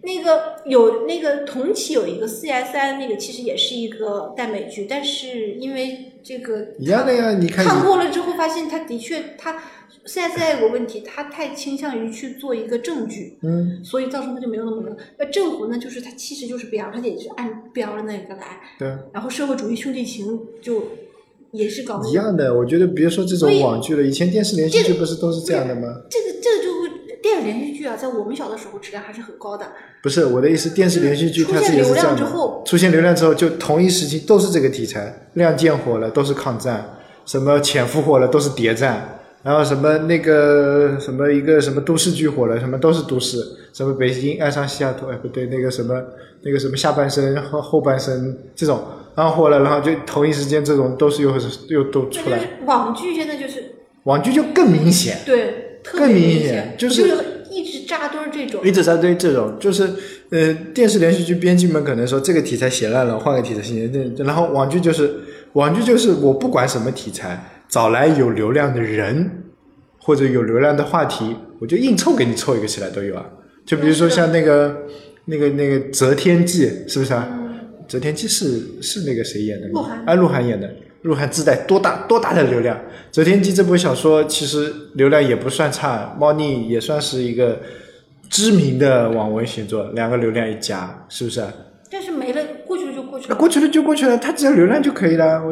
[SPEAKER 4] 那个有那个同期有一个 CSI，那个其实也是一个耽美剧，但是因为这个
[SPEAKER 2] 一样的呀，你看
[SPEAKER 4] 看
[SPEAKER 2] 你
[SPEAKER 4] 过了之后，发现它的确它 CSI 有个问题，它太倾向于去做一个正剧，
[SPEAKER 2] 嗯，
[SPEAKER 4] 所以造成它就没有那么热。那镇魂呢，就是它其实就是 BL，它也是按 BL 的那个来，
[SPEAKER 2] 对啊，
[SPEAKER 4] 然后社会主义兄弟情就也是搞那
[SPEAKER 2] 一
[SPEAKER 4] 个
[SPEAKER 2] 样的。我觉得别说这
[SPEAKER 4] 所
[SPEAKER 2] 种
[SPEAKER 4] 以
[SPEAKER 2] 网剧了，以前电视连续
[SPEAKER 4] 这
[SPEAKER 2] 剧不是都是这样的吗？
[SPEAKER 4] 这个这个就会电影连续剧啊，在我们小的时候质量还是很高的。
[SPEAKER 2] 不是我的意思，电视连续剧
[SPEAKER 4] 出
[SPEAKER 2] 它
[SPEAKER 4] 现
[SPEAKER 2] 是也是
[SPEAKER 4] 流
[SPEAKER 2] 这
[SPEAKER 4] 量
[SPEAKER 2] 样
[SPEAKER 4] 之
[SPEAKER 2] 的
[SPEAKER 4] 后。
[SPEAKER 2] 出现流量之后，就同一时期都是这个题材，《亮剑》火了都是抗战，什么《潜伏》火了都是谍战，然后什么那个什么一个什么都市剧火了，什么都是都市，什么《北京爱上西雅图》哎不对，那个什么那个什么下半身和后半身这种，然后火了，然后就同一时间这种都是又又都
[SPEAKER 4] 那
[SPEAKER 2] 出
[SPEAKER 4] 就
[SPEAKER 2] 来，
[SPEAKER 4] 是网剧现在就是
[SPEAKER 2] 网剧就更明显。
[SPEAKER 4] 对特
[SPEAKER 2] 更
[SPEAKER 4] 别
[SPEAKER 2] 明
[SPEAKER 4] 明
[SPEAKER 2] 显
[SPEAKER 4] 显，
[SPEAKER 2] 就是哎
[SPEAKER 4] 是一直扎堆儿这种
[SPEAKER 2] 一。直扎堆这种，就是呃，电视连续剧编剧们可能说这个题材写烂了，换个题材写，那然后网剧就是网剧就是我不管什么题材，找来有流量的人或者有流量的话题，我就硬凑给你凑一个起来都有啊。就比如说像那个那个那个《择天记》，是不是啊？《择天记》是是那个谁演的吗？
[SPEAKER 4] 嗯鹿晗
[SPEAKER 2] 啊，鹿晗演的。鹿晗自带多大多大的流量？《择天记》这部小说其实流量也不算差，猫腻也算是一个知名的网文写作，两个流量一加，是不是？啊
[SPEAKER 4] 但是没了，过去了就过去
[SPEAKER 2] 那
[SPEAKER 4] 了。
[SPEAKER 2] 过去了就过去了，他只要流量就可以了，我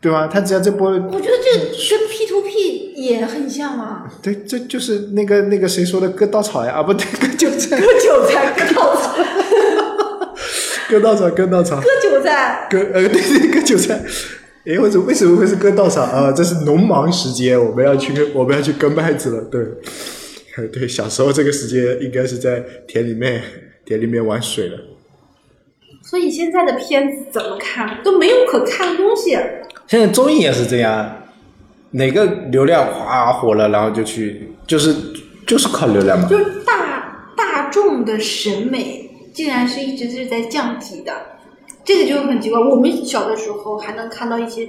[SPEAKER 2] 对吧？他只要这波，
[SPEAKER 4] 我觉得这跟 P to P 也很像啊，
[SPEAKER 2] 对，这就是那个那个谁说的割稻草呀？啊，不对，割韭菜，
[SPEAKER 4] 割韭菜、割稻草、
[SPEAKER 2] 割稻草，割稻草。
[SPEAKER 4] 割韭菜，
[SPEAKER 2] 割呃对对割韭菜，哎，我怎么为什么会是割稻草啊？这是农忙时间，我们要去跟我们要去割麦子了。对， 呃对，小时候这个时间应该是在田里面田里面玩水了。
[SPEAKER 4] 所以现在的片子怎么看都没有可看的东西。
[SPEAKER 2] 现在综艺也是这样，哪个流量哗火了，然后就去就是就是靠流量嘛。
[SPEAKER 4] 就是大大众的审美竟然是一直是在降级的，这个就很奇怪。我们小的时候还能看到一些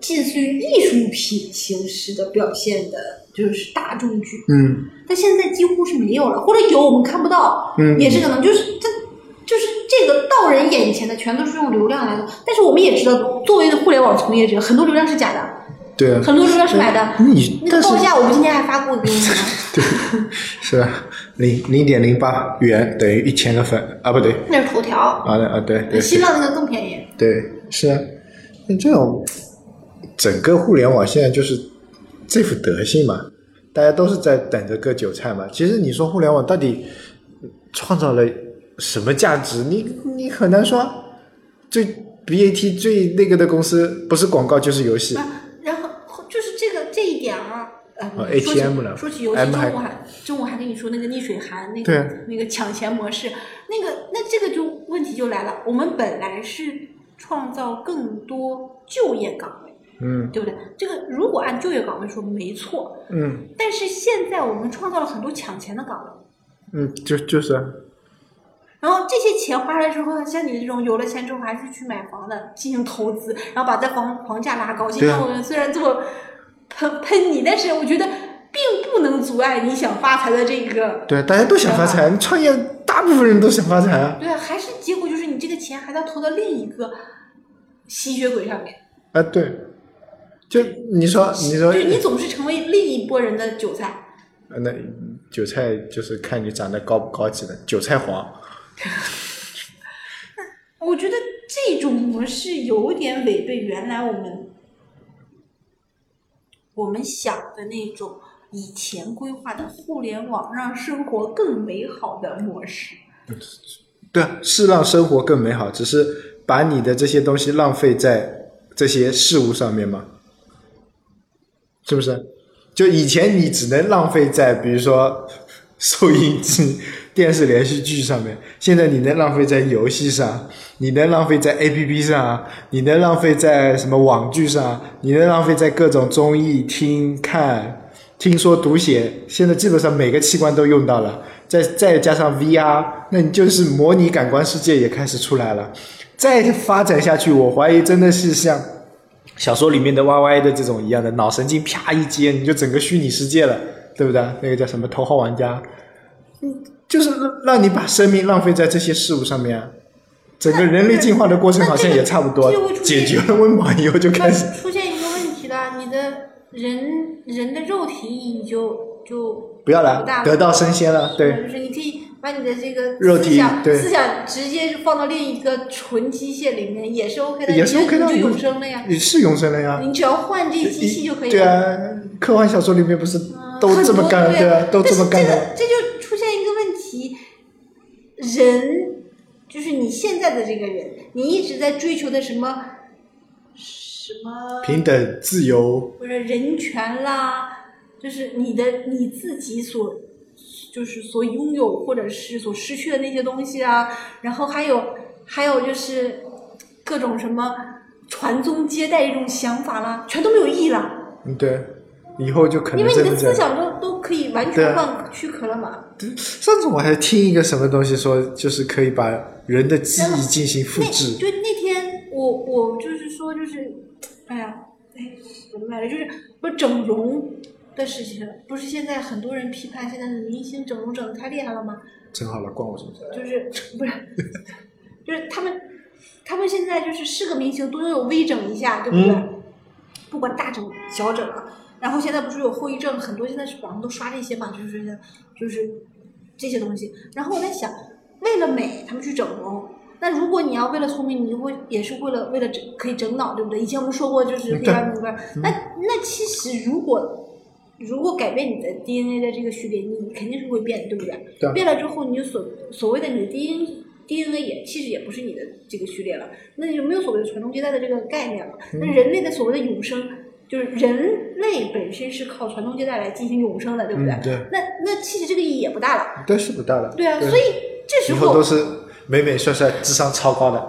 [SPEAKER 4] 近似于艺术品形式的表现的，就是大众剧，
[SPEAKER 2] 嗯，
[SPEAKER 4] 但现在几乎是没有了，或者有我们看不到，
[SPEAKER 2] 嗯
[SPEAKER 4] 也是可能就是这。就是这个到人眼前的全都是用流量来的，但是我们也知道，作为互联网从业者，很多流量是假的，
[SPEAKER 2] 对啊。
[SPEAKER 4] 很多流量是买的。
[SPEAKER 2] 你
[SPEAKER 4] 那
[SPEAKER 2] 但
[SPEAKER 4] 个
[SPEAKER 2] 是
[SPEAKER 4] 报价，我们今天还发过给你们。
[SPEAKER 2] 是啊零零点零八元等于一千个粉啊，不对
[SPEAKER 4] 那是头条，
[SPEAKER 2] 啊啊对对。对
[SPEAKER 4] 新浪那个更便宜。
[SPEAKER 2] 对，是啊，那这种整个互联网现在就是这副德性嘛，大家都是在等着割韭菜嘛。其实你说互联网到底创造了什么价值，你你很难说。最 BAT 最那个的公司不是广告就是游戏，
[SPEAKER 4] 啊，然后就是这个这一点啊，呃
[SPEAKER 2] 哦
[SPEAKER 4] 说起
[SPEAKER 2] ATM 了
[SPEAKER 4] 说起游戏，
[SPEAKER 2] M
[SPEAKER 4] 中
[SPEAKER 2] 还
[SPEAKER 4] 午还中午还跟你说那个逆水寒，那
[SPEAKER 2] 对
[SPEAKER 4] 个那个抢钱模式，那个那这个就问题就来了，我们本来是创造更多就业岗位，
[SPEAKER 2] 嗯
[SPEAKER 4] 对不对？这个如果按就业岗位说没错，
[SPEAKER 2] 嗯
[SPEAKER 4] 但是现在我们创造了很多抢钱的岗位。
[SPEAKER 2] 嗯，就就是啊
[SPEAKER 4] 然后这些钱花了之后，像你这种有了钱之后还是去买房的，进行投资，然后把这房房价拉高。今
[SPEAKER 2] 对啊
[SPEAKER 4] 天我虽然这么喷喷你，但是我觉得并不能阻碍你想发财的这个。
[SPEAKER 2] 对，大家都想发财，创业大部分人都想发财啊。
[SPEAKER 4] 对啊，还是结果就是你这个钱还要投到另一个吸血鬼上面，
[SPEAKER 2] 啊，对，就你说你说
[SPEAKER 4] 就是你总是成为另一波人的韭菜。
[SPEAKER 2] 呃那韭菜就是看你长得高不高级的，韭菜黄。
[SPEAKER 4] 我觉得这种模式有点违背原来我们我们想的那种以前规划的互联网让生活更美好的模式。
[SPEAKER 2] 对啊，是让生活更美好，只是把你的这些东西浪费在这些事物上面嘛，是不是？就以前你只能浪费在比如说 收音机、电视连续剧上面，现在你能浪费在游戏上，你能浪费在 APP 上，你能浪费在什么网剧上，你能浪费在各种综艺听看。听说读写，现在基本上每个器官都用到了，再再加上 VR，那你就是模拟感官世界也开始出来了。再发展下去，我怀疑真的是像小说里面的 YY 的这种一样的，脑神经啪一接，你就整个虚拟世界了，对不对？那个叫什么《头号玩家》，嗯，就是让让你把生命浪费在这些事物上面啊。整个人类进化的过程好像也差不多
[SPEAKER 4] 那这个这个，会出
[SPEAKER 2] 解
[SPEAKER 4] 现
[SPEAKER 2] 决了温饱以后就
[SPEAKER 4] 那
[SPEAKER 2] 开始
[SPEAKER 4] 出现一个问题了，你的人人的肉体你就就
[SPEAKER 2] 不要
[SPEAKER 4] 不
[SPEAKER 2] 了
[SPEAKER 4] 大，
[SPEAKER 2] 得道升仙了，对。
[SPEAKER 4] 就是你可以把你的这个
[SPEAKER 2] 肉体
[SPEAKER 4] 思想
[SPEAKER 2] 对
[SPEAKER 4] 思想直接放到另一个纯机械里面也是 OK 的，
[SPEAKER 2] 也是
[SPEAKER 4] 你就
[SPEAKER 2] OK 的
[SPEAKER 4] 你就
[SPEAKER 2] 我
[SPEAKER 4] 永生了呀，
[SPEAKER 2] 也是永生了呀。
[SPEAKER 4] 你只要换这机器就可以了。
[SPEAKER 2] 对啊，科幻小说里面不是都这么干，
[SPEAKER 4] 很多
[SPEAKER 2] 对啊，都这么
[SPEAKER 4] 但
[SPEAKER 2] 干
[SPEAKER 4] 是
[SPEAKER 2] 的。
[SPEAKER 4] 这个这就出现一个问题，人就是你现在的这个人，你一直在追求的什么什么，
[SPEAKER 2] 平等、自由，
[SPEAKER 4] 或者人权啦，就是你的你自己所。就是所拥有或者是所失去的那些东西啊，然后还有还有就是各种什么传宗接代这种想法啦，全都没有意义了。
[SPEAKER 2] 嗯，对，以后就可
[SPEAKER 4] 因
[SPEAKER 2] 能
[SPEAKER 4] 为你
[SPEAKER 2] 真
[SPEAKER 4] 的
[SPEAKER 2] 的这
[SPEAKER 4] 思
[SPEAKER 2] 样。
[SPEAKER 4] 想都都可以完
[SPEAKER 2] 对
[SPEAKER 4] 全
[SPEAKER 2] 啊
[SPEAKER 4] 换躯壳了嘛。
[SPEAKER 2] 上次我还听一个什么东西说，就是可以把人的记忆进行复
[SPEAKER 4] 那
[SPEAKER 2] 制。
[SPEAKER 4] 就那天我我就是说就是，哎呀，哎怎么来着？就是说整容的事情，不是现在很多人批判现在的明星整容整的太厉害了吗？
[SPEAKER 2] 正好了，关我什么事？
[SPEAKER 4] 就是不是，就是他们他们现在就是是个明星都有微整一下，对不对？
[SPEAKER 2] 嗯
[SPEAKER 4] 不管大整小整啊。然后现在不是有后遗症，很多现在是网上都刷这些嘛，就是就是这些东西。然后我在想，为了美，他们去整容。那如果你要为了聪明，你会也是为了为了整可以整脑，对不对？以前我们说过，就是黑
[SPEAKER 2] 嗯对
[SPEAKER 4] 白模块。那那其实如果如果改变你的 DNA 的这个序列，你肯定是会变的，对不对？
[SPEAKER 2] 对啊
[SPEAKER 4] 变了之后，你就所所谓的你的 DNA DNA 也其实也不是你的这个序列了，那就没有所谓的传宗接代的这个概念了。
[SPEAKER 2] 嗯
[SPEAKER 4] 那人类的所谓的永生，就是人类本身是靠传宗接代来进行永生的，对不对？
[SPEAKER 2] 嗯，对，
[SPEAKER 4] 那那其实这个意义也不大了。
[SPEAKER 2] 但是不大了。
[SPEAKER 4] 对啊，所以这时
[SPEAKER 2] 以
[SPEAKER 4] 候
[SPEAKER 2] 后都是美美帅帅、智商超 高的，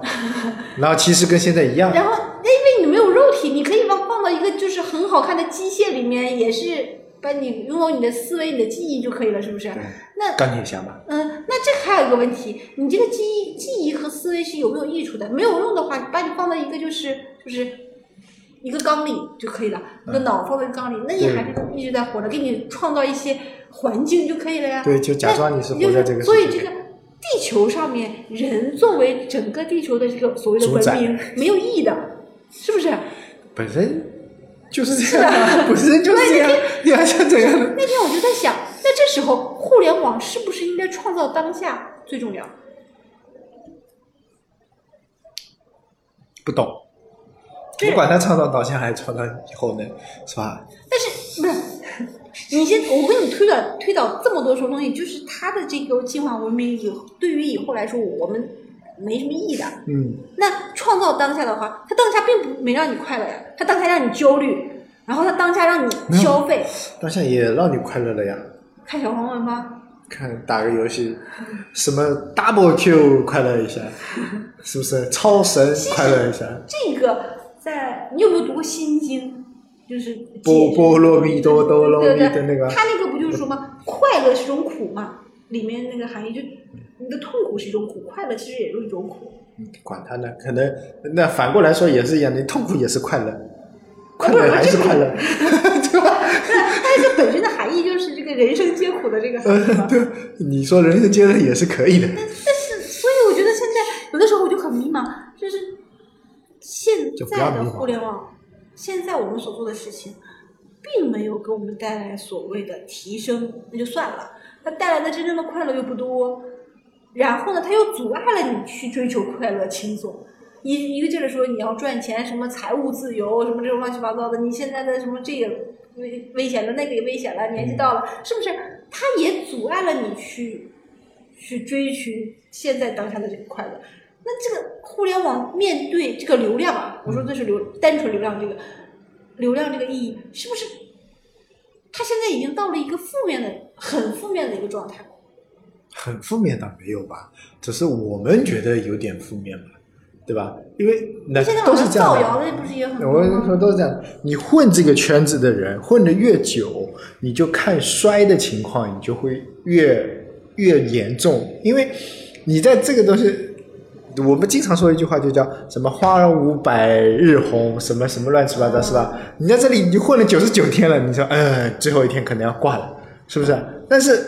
[SPEAKER 2] 然后其实跟现在一样。
[SPEAKER 4] 然后，哎因为你没有肉体，你可以放放到一个就是很好看的机械里面，也是把你拥有你的思维、你的记忆就可以了，是不是？
[SPEAKER 2] 对
[SPEAKER 4] 那
[SPEAKER 2] 钢铁侠嘛，
[SPEAKER 4] 嗯，那这还有一个问题，你这个记忆、记忆和思维是有没有益处的？没有用的话，你把你放到一个就是就是一个缸里就可以了，一个脑放到一个缸里，那你
[SPEAKER 2] 嗯对
[SPEAKER 4] 还是一直在活着，给你创造一些环境就可以了呀。
[SPEAKER 2] 对，就假装你是
[SPEAKER 4] 那就
[SPEAKER 2] 活在这个
[SPEAKER 4] 所以
[SPEAKER 2] 世
[SPEAKER 4] 这
[SPEAKER 2] 界
[SPEAKER 4] 个
[SPEAKER 2] 里。
[SPEAKER 4] 地球上面人作为整个地球的这个所谓的
[SPEAKER 2] 主宰
[SPEAKER 4] 文明没有意义的，是不是？
[SPEAKER 2] 本身就是这样啊，本身就是这样，你还想怎样呢？
[SPEAKER 4] 那天我就在想，那这时候互联网是不是应该创造当下最重要？
[SPEAKER 2] 不懂，
[SPEAKER 4] 对
[SPEAKER 2] 不管他创造当下还是创造以后呢，是吧？
[SPEAKER 4] 但是不是？你先，我跟你推导推导这么多说东西，就是它的这个进化文明以后，对于以后来说，我们没什么意义的。
[SPEAKER 2] 嗯，
[SPEAKER 4] 那创造当下的话，它当下并不没让你快乐呀，它当下让你焦虑，然后它当下让你
[SPEAKER 2] 没有
[SPEAKER 4] 消费，
[SPEAKER 2] 当下也让你快乐了呀。
[SPEAKER 4] 看小黄文吧。
[SPEAKER 2] 看打个游戏，什么 double Q 快乐一下，是不是超神快乐一下？
[SPEAKER 4] 这个在你有没有读过《心经》？就是
[SPEAKER 2] 波
[SPEAKER 4] 解
[SPEAKER 2] 波罗蜜多多罗
[SPEAKER 4] 对
[SPEAKER 2] 蜜
[SPEAKER 4] 对
[SPEAKER 2] 的那个，
[SPEAKER 4] 他那个不就是说吗？快乐是种苦嘛，里面那个含义就你的痛苦是一种苦，快乐其实也是一种苦。
[SPEAKER 2] 管他呢，可能那反过来说也是一样，你痛苦也是快乐，快
[SPEAKER 4] 不是
[SPEAKER 2] 乐还是快乐，对吧？
[SPEAKER 4] 但是本身的含义就是这个人生皆苦的这个含义嘛
[SPEAKER 2] 呃，。对，你说人生阶段也是可以的，
[SPEAKER 4] 但是，所以我觉得现在有的时候我就很迷茫，就是现
[SPEAKER 2] 就不要
[SPEAKER 4] 在
[SPEAKER 2] 迷
[SPEAKER 4] 的
[SPEAKER 2] 茫
[SPEAKER 4] 互联网，现在我们所做的事情，并没有给我们带来所谓的提升，那就算了。它带来的真正的快乐又不多，然后呢，它又阻碍了你去追求快乐、轻松。一一个劲儿的说你要赚钱，什么财务自由，什么这种乱七八糟的，你现在的什么这也危危险了，那个也危险了，年纪到了，是不是？它也阻碍了你去去追寻现在当下的这个快乐。那这个互联网面对这个流量啊，
[SPEAKER 2] 嗯
[SPEAKER 4] 我说这是流单纯流量这个流量这个意义，是不是？它现在已经到了一个负面的、很负面的一个状态。
[SPEAKER 2] 很负面倒没有吧，只是我们觉得有点负面吧，对吧？因为那
[SPEAKER 4] 现在
[SPEAKER 2] 都
[SPEAKER 4] 网
[SPEAKER 2] 是
[SPEAKER 4] 上
[SPEAKER 2] 这样
[SPEAKER 4] 造
[SPEAKER 2] 的。
[SPEAKER 4] 谣的不是也很多
[SPEAKER 2] 我跟你说
[SPEAKER 4] 吗？
[SPEAKER 2] 都是这样，你混这个圈子的人，混得越久，你就看衰的情况，你就会越越严重，因为你在这个东西，我们经常说一句话，就叫什么“花无百日红”，什么什么乱七八糟，是吧？你在这里你混了九十九天了，你说，嗯，最后一天可能要挂了，是不是？但是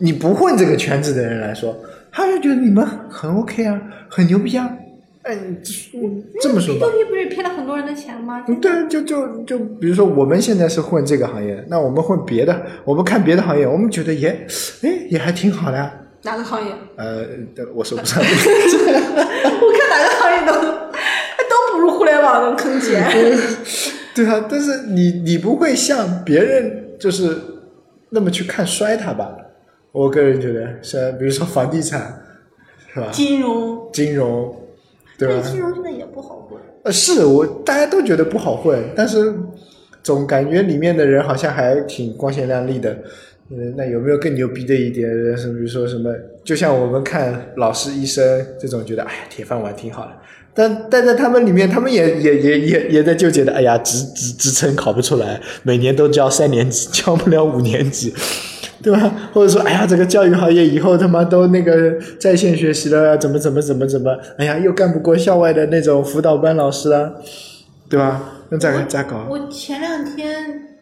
[SPEAKER 2] 你不混这个圈子的人来说，他就觉得你们很 OK 啊，很牛逼啊。哎，你这这么说吧，
[SPEAKER 4] P to P 不是也骗了很多人的钱吗？
[SPEAKER 2] 嗯对，就就就比如说我们现在是混这个行业，那我们混别的，我们看别的行业，我们觉得也，哎，也还挺好的、啊。
[SPEAKER 4] 哪个行业？
[SPEAKER 2] 呃，我说不上，
[SPEAKER 4] 我看哪个行业都都不如互联网能坑钱。
[SPEAKER 2] 嗯对啊，但是你你不会像别人就是那么去看衰它吧？我个人觉得，像比如说房地产，是吧？
[SPEAKER 4] 金融，
[SPEAKER 2] 金融，对吧？
[SPEAKER 4] 但金融现在也不好混。
[SPEAKER 2] 呃，是我大家都觉得不好混，但是总感觉里面的人好像还挺光鲜亮丽的。嗯，那有没有更牛逼的一点？是比如说什么，就像我们看老师、医生这种，觉得哎呀，铁饭碗挺好的。但但在他们里面，他们也也也也也在纠结的，哎呀，职职职称考不出来，每年都 教三年级，教不了五年级，对吧？或者说，哎呀，这个教育行业以后他妈都那个在线学习了，怎么怎么怎么怎么，哎呀，又干不过校外的那种辅导班老师啦，对吧？那咋咋搞？
[SPEAKER 4] 我前两天，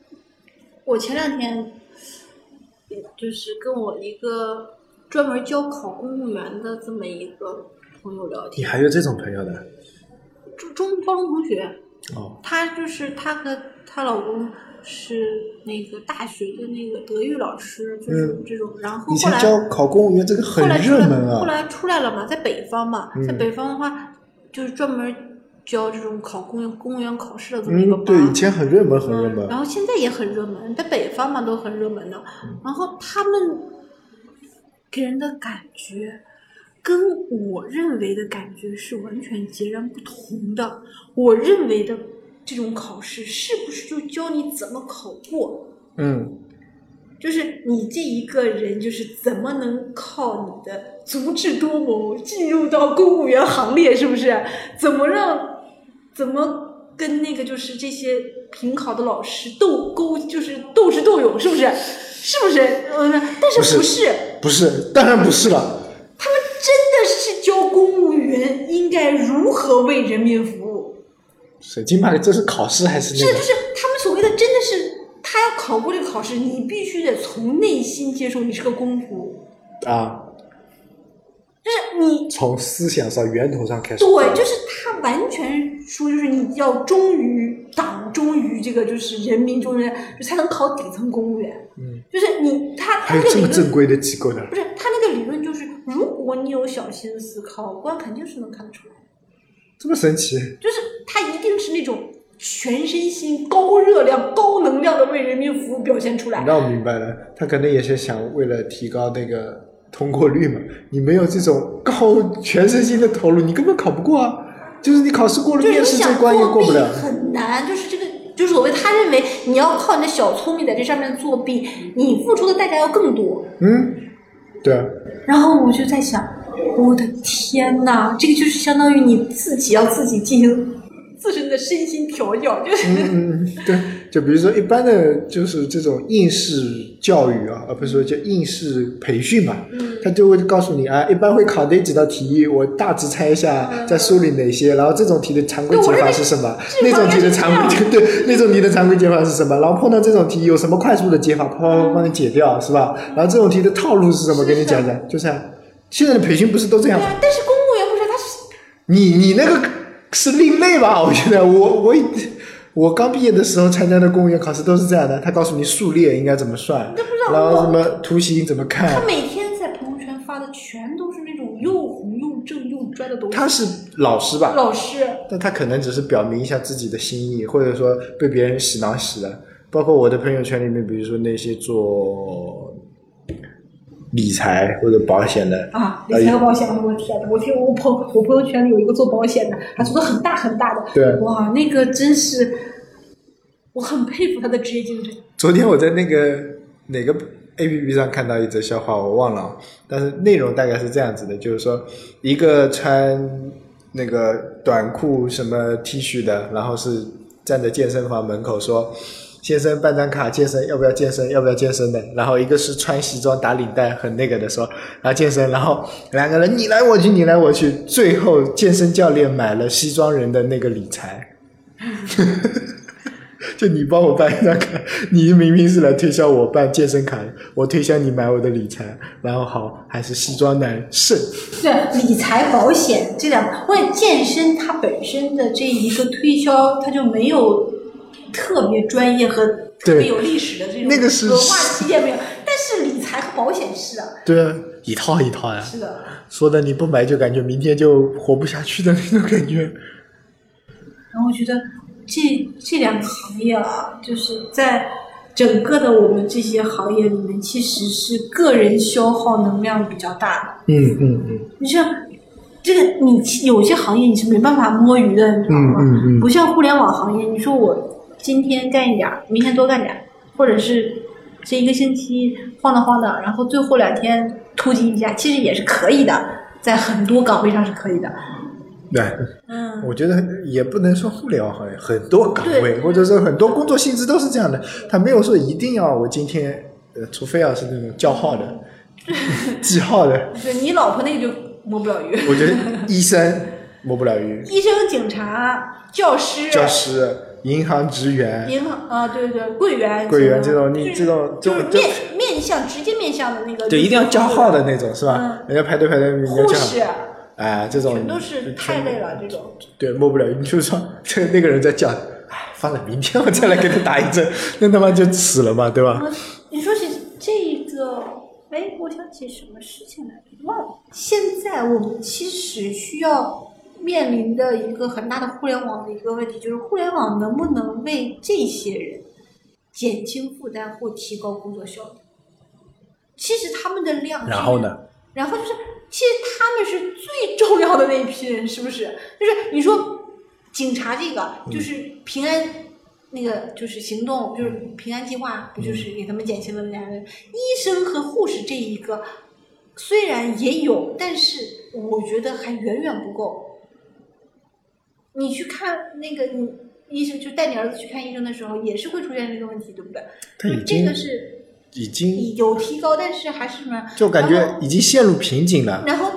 [SPEAKER 4] 我前两天，就是跟我一个专门教考公务员的这么一个朋友聊天，
[SPEAKER 2] 你还有这种朋友的？
[SPEAKER 4] 中中高中同学，
[SPEAKER 2] 哦，
[SPEAKER 4] 她就是她和她老公是那个大学的那个德育老师，就是
[SPEAKER 2] 嗯
[SPEAKER 4] 这种。然后
[SPEAKER 2] 以
[SPEAKER 4] 后
[SPEAKER 2] 前
[SPEAKER 4] 来
[SPEAKER 2] 教考公务员这个
[SPEAKER 4] 后
[SPEAKER 2] 很
[SPEAKER 4] 来出
[SPEAKER 2] 热
[SPEAKER 4] 来
[SPEAKER 2] 门
[SPEAKER 4] 后
[SPEAKER 2] 啊，
[SPEAKER 4] 来出来了嘛，在北方嘛，
[SPEAKER 2] 嗯
[SPEAKER 4] 在北方的话，就是专门教这种考公务员公务员考试的这么一个
[SPEAKER 2] 嗯，
[SPEAKER 4] 班。
[SPEAKER 2] 对，以前很热门，很热
[SPEAKER 4] 嗯，然
[SPEAKER 2] 门，
[SPEAKER 4] 后现在也很热门，在北方嘛都很热门的。
[SPEAKER 2] 嗯
[SPEAKER 4] 然后他们给人的感觉，跟我认为的感觉是完全截然不同的。我认为的这种考试，是不是就教你怎么考过？
[SPEAKER 2] 嗯，
[SPEAKER 4] 就是你这一个人，就是怎么能靠你的足智多谋进入到公务员行列？是不是？怎么让，怎么跟那个就是这些评考的老师斗勾，就是斗智斗勇，是不是？是不是？嗯，但是
[SPEAKER 2] 不是
[SPEAKER 4] 不是，
[SPEAKER 2] 不是，当然不是了。
[SPEAKER 4] 他们真的是教公务员应该如何为人民服务。
[SPEAKER 2] 神经吧，这是考试还是
[SPEAKER 4] 是，
[SPEAKER 2] 那
[SPEAKER 4] 就
[SPEAKER 2] 个？
[SPEAKER 4] 是他们所谓的真的是，他要考过这个考试，你必须得从内心接受你是个公仆。
[SPEAKER 2] 啊，
[SPEAKER 4] 就是你
[SPEAKER 2] 从思想上源头上开始。
[SPEAKER 4] 对，就是他完全说，就是你要忠于党，忠于这个就是人民，忠于就才能考底层公务员。
[SPEAKER 2] 嗯，
[SPEAKER 4] 就是你他
[SPEAKER 2] 还
[SPEAKER 4] 他
[SPEAKER 2] 有
[SPEAKER 4] 这
[SPEAKER 2] 这
[SPEAKER 4] 个
[SPEAKER 2] 么
[SPEAKER 4] 理
[SPEAKER 2] 正
[SPEAKER 4] 论
[SPEAKER 2] 规的机构的，
[SPEAKER 4] 不是他那个理论就是，如果你有小心思，考官肯定是能看得出来的。
[SPEAKER 2] 这么神奇？
[SPEAKER 4] 就是他一定是那种全身心、高热量、高能量的为人民服务表现出来。
[SPEAKER 2] 那我明白了，他可能也是想为了提高那个通过率嘛。你没有这种高全身心的投入，你根本考不过啊。就是你考试过了，
[SPEAKER 4] 就是
[SPEAKER 2] 面
[SPEAKER 4] 你
[SPEAKER 2] 试
[SPEAKER 4] 想
[SPEAKER 2] 这关也过不
[SPEAKER 4] 弊
[SPEAKER 2] 了。
[SPEAKER 4] 很难，就是这个，就是所谓他认为你要靠你的小聪明在这上面作弊，你付出的代价要更多。
[SPEAKER 2] 嗯，对啊，
[SPEAKER 4] 然后我就在想，我的天呐，这个就是相当于你自己要自己进行自身的身心调教，就是、
[SPEAKER 2] 嗯，嗯对，就比如说一般的，就是这种应试教育啊，而不是说叫应试培训嘛，他就会告诉你啊，一般会考哪几道题，我大致猜一下，再梳理哪些，然后这种题的常规解法是什么，那
[SPEAKER 4] 对我
[SPEAKER 2] 种
[SPEAKER 4] 认为
[SPEAKER 2] 题的常规解 对，那种题的常规解法是什么，然后碰到这种题有什么快速的解法，啪啪啪帮你解掉，是吧？然后这种题的套路是什么，给你讲讲，就这样。现在的培训不是都这样吗？
[SPEAKER 4] 啊但是公务员不是，他是
[SPEAKER 2] 你你那个是另类吧？我觉得我我我刚毕业的时候参加的公务员考试都是这样的，他告诉你数列应该怎么算，然后什么图形怎么看
[SPEAKER 4] 他，每天在朋友圈发的全都是那种又红又正又拽的东西。
[SPEAKER 2] 他是老师吧？
[SPEAKER 4] 老师，
[SPEAKER 2] 但他可能只是表明一下自己的心意，或者说被别人洗脑洗了。包括我的朋友圈里面，比如说那些做理财或者保险的
[SPEAKER 4] 啊，理财和保险，我天呐，我听我朋我朋友圈里有一个做保险的，他做的很大很大的，
[SPEAKER 2] 对
[SPEAKER 4] 哇，那个真是，我很佩服他的职业精神。
[SPEAKER 2] 昨天我在那个哪个 A P P 上看到一则笑话，我忘了啊，但是内容大概是这样子的，就是说一个穿那个短裤什么 T 恤的，然后是站在健身房门口说。先生办张卡健身，要不要健身？要不要健身的？然后一个是穿西装打领带很那个的说，然后健身，然后两个人你来我去，你来我去，最后健身教练买了西装人的那个理财，就你帮我办一张卡，你明明是来推销我办健身卡，我推销你买我的理财，然后好还是西装男胜，
[SPEAKER 4] 对，理财、保险这两个，或者健身，它本身的这一个推销，它就没有特别专业和特别
[SPEAKER 2] 对
[SPEAKER 4] 有历史的这种
[SPEAKER 2] 那个是
[SPEAKER 4] 文化积淀没有，但是理财和保险是啊，
[SPEAKER 2] 对啊，一套一套呀、
[SPEAKER 4] 是的。
[SPEAKER 2] 说的你不买就感觉明天就活不下去的那种感觉。
[SPEAKER 4] 然后我觉得这这两个行业啊，就是在整个的我们这些行业里面，其实是个人消耗能量比较大
[SPEAKER 2] 嗯嗯嗯
[SPEAKER 4] 的。你像这个，你有些行业你是没办法摸鱼的，你知道
[SPEAKER 2] 嗯
[SPEAKER 4] 吗？
[SPEAKER 2] 嗯
[SPEAKER 4] 不像互联网行业，你说我今天干一点儿，明天多干点儿，或者是这一个星期晃荡晃荡，然后最后两天突击一下，其实也是可以的，在很多岗位上是可以的。
[SPEAKER 2] 嗯， 对，
[SPEAKER 4] 嗯，
[SPEAKER 2] 我觉得也不能说互联网行业很多岗位
[SPEAKER 4] 对
[SPEAKER 2] 或者说很多工作性质都是这样的，他没有说一定要我今天，呃，除非要是那种叫号的、 记号的，
[SPEAKER 4] 就是你老婆那个就摸不了鱼。
[SPEAKER 2] 我觉得医生摸不了鱼。
[SPEAKER 4] 医生、警察、教师、
[SPEAKER 2] 教师、银行职 员、
[SPEAKER 4] 银行啊，对对，柜员、
[SPEAKER 2] 柜员这种，
[SPEAKER 4] 就是
[SPEAKER 2] 你这种
[SPEAKER 4] 就
[SPEAKER 2] 就是就
[SPEAKER 4] 面面向直接面向的那个，
[SPEAKER 2] 对一定要加号的那种是吧？人家排队排队，人
[SPEAKER 4] 嗯
[SPEAKER 2] 家
[SPEAKER 4] 护
[SPEAKER 2] 叫号。
[SPEAKER 4] 士、
[SPEAKER 2] 哎，这种
[SPEAKER 4] 全都哦是太累了这种。
[SPEAKER 2] 对，摸不了。你就说 这那个人在讲，哎，算了，明天我再来给你打一针， 那他妈就死了嘛，对吧？
[SPEAKER 4] 啊，你说起这个，哎，我想起什么事情来着，忘了。现在我们其实需要面临的一个很大的互联网的一个问题，就是互联网能不能为这些人减轻负担或提高工作效率？其实他们的量是
[SPEAKER 2] 然后呢？
[SPEAKER 4] 然后就是，其实他们是最重要的那一批人，是不是？就是你说警察这个，
[SPEAKER 2] 嗯
[SPEAKER 4] 就是平安、那个就是行动，就是平安计划，不就是给他们减轻了两人？医生和护士这一个虽然也有，但是我觉得还远远不够。你去看那个你医生，就带你儿子去看医生的时候，也是会出现这个问题，对不对？
[SPEAKER 2] 他已
[SPEAKER 4] 就这
[SPEAKER 2] 经
[SPEAKER 4] 个是
[SPEAKER 2] 已经
[SPEAKER 4] 有提高，但是还是什么？
[SPEAKER 2] 就
[SPEAKER 4] 然
[SPEAKER 2] 感觉
[SPEAKER 4] 后
[SPEAKER 2] 已经陷入瓶颈了。
[SPEAKER 4] 然后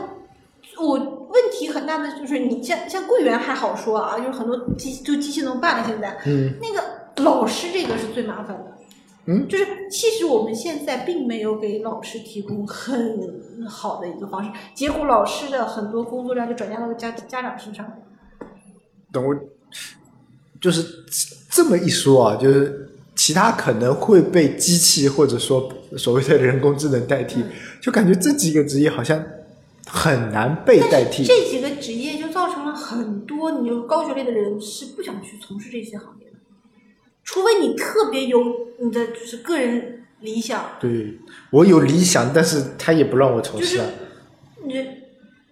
[SPEAKER 4] 我问题很大的就是你像像柜员还好说啊，就是很多机就机器能办了，现在
[SPEAKER 2] 嗯
[SPEAKER 4] 那个老师这个是最麻烦的。
[SPEAKER 2] 嗯
[SPEAKER 4] 就是其实我们现在并没有给老师提供很好的一个方式，结果老师的很多工作量就转嫁到家家长身上了。
[SPEAKER 2] 等我就是这么一说啊，就是其他可能会被机器或者说所谓的人工智能代替，
[SPEAKER 4] 嗯
[SPEAKER 2] 就感觉这几个职业好像很难被代替。
[SPEAKER 4] 这几个职业就造成了很多，你就高学历的人是不想去从事这些行业的，除非你特别有你的就是个人理想，
[SPEAKER 2] 对我有理想，但是他也不让我从
[SPEAKER 4] 就
[SPEAKER 2] 事
[SPEAKER 4] 是
[SPEAKER 2] 啊。
[SPEAKER 4] 你，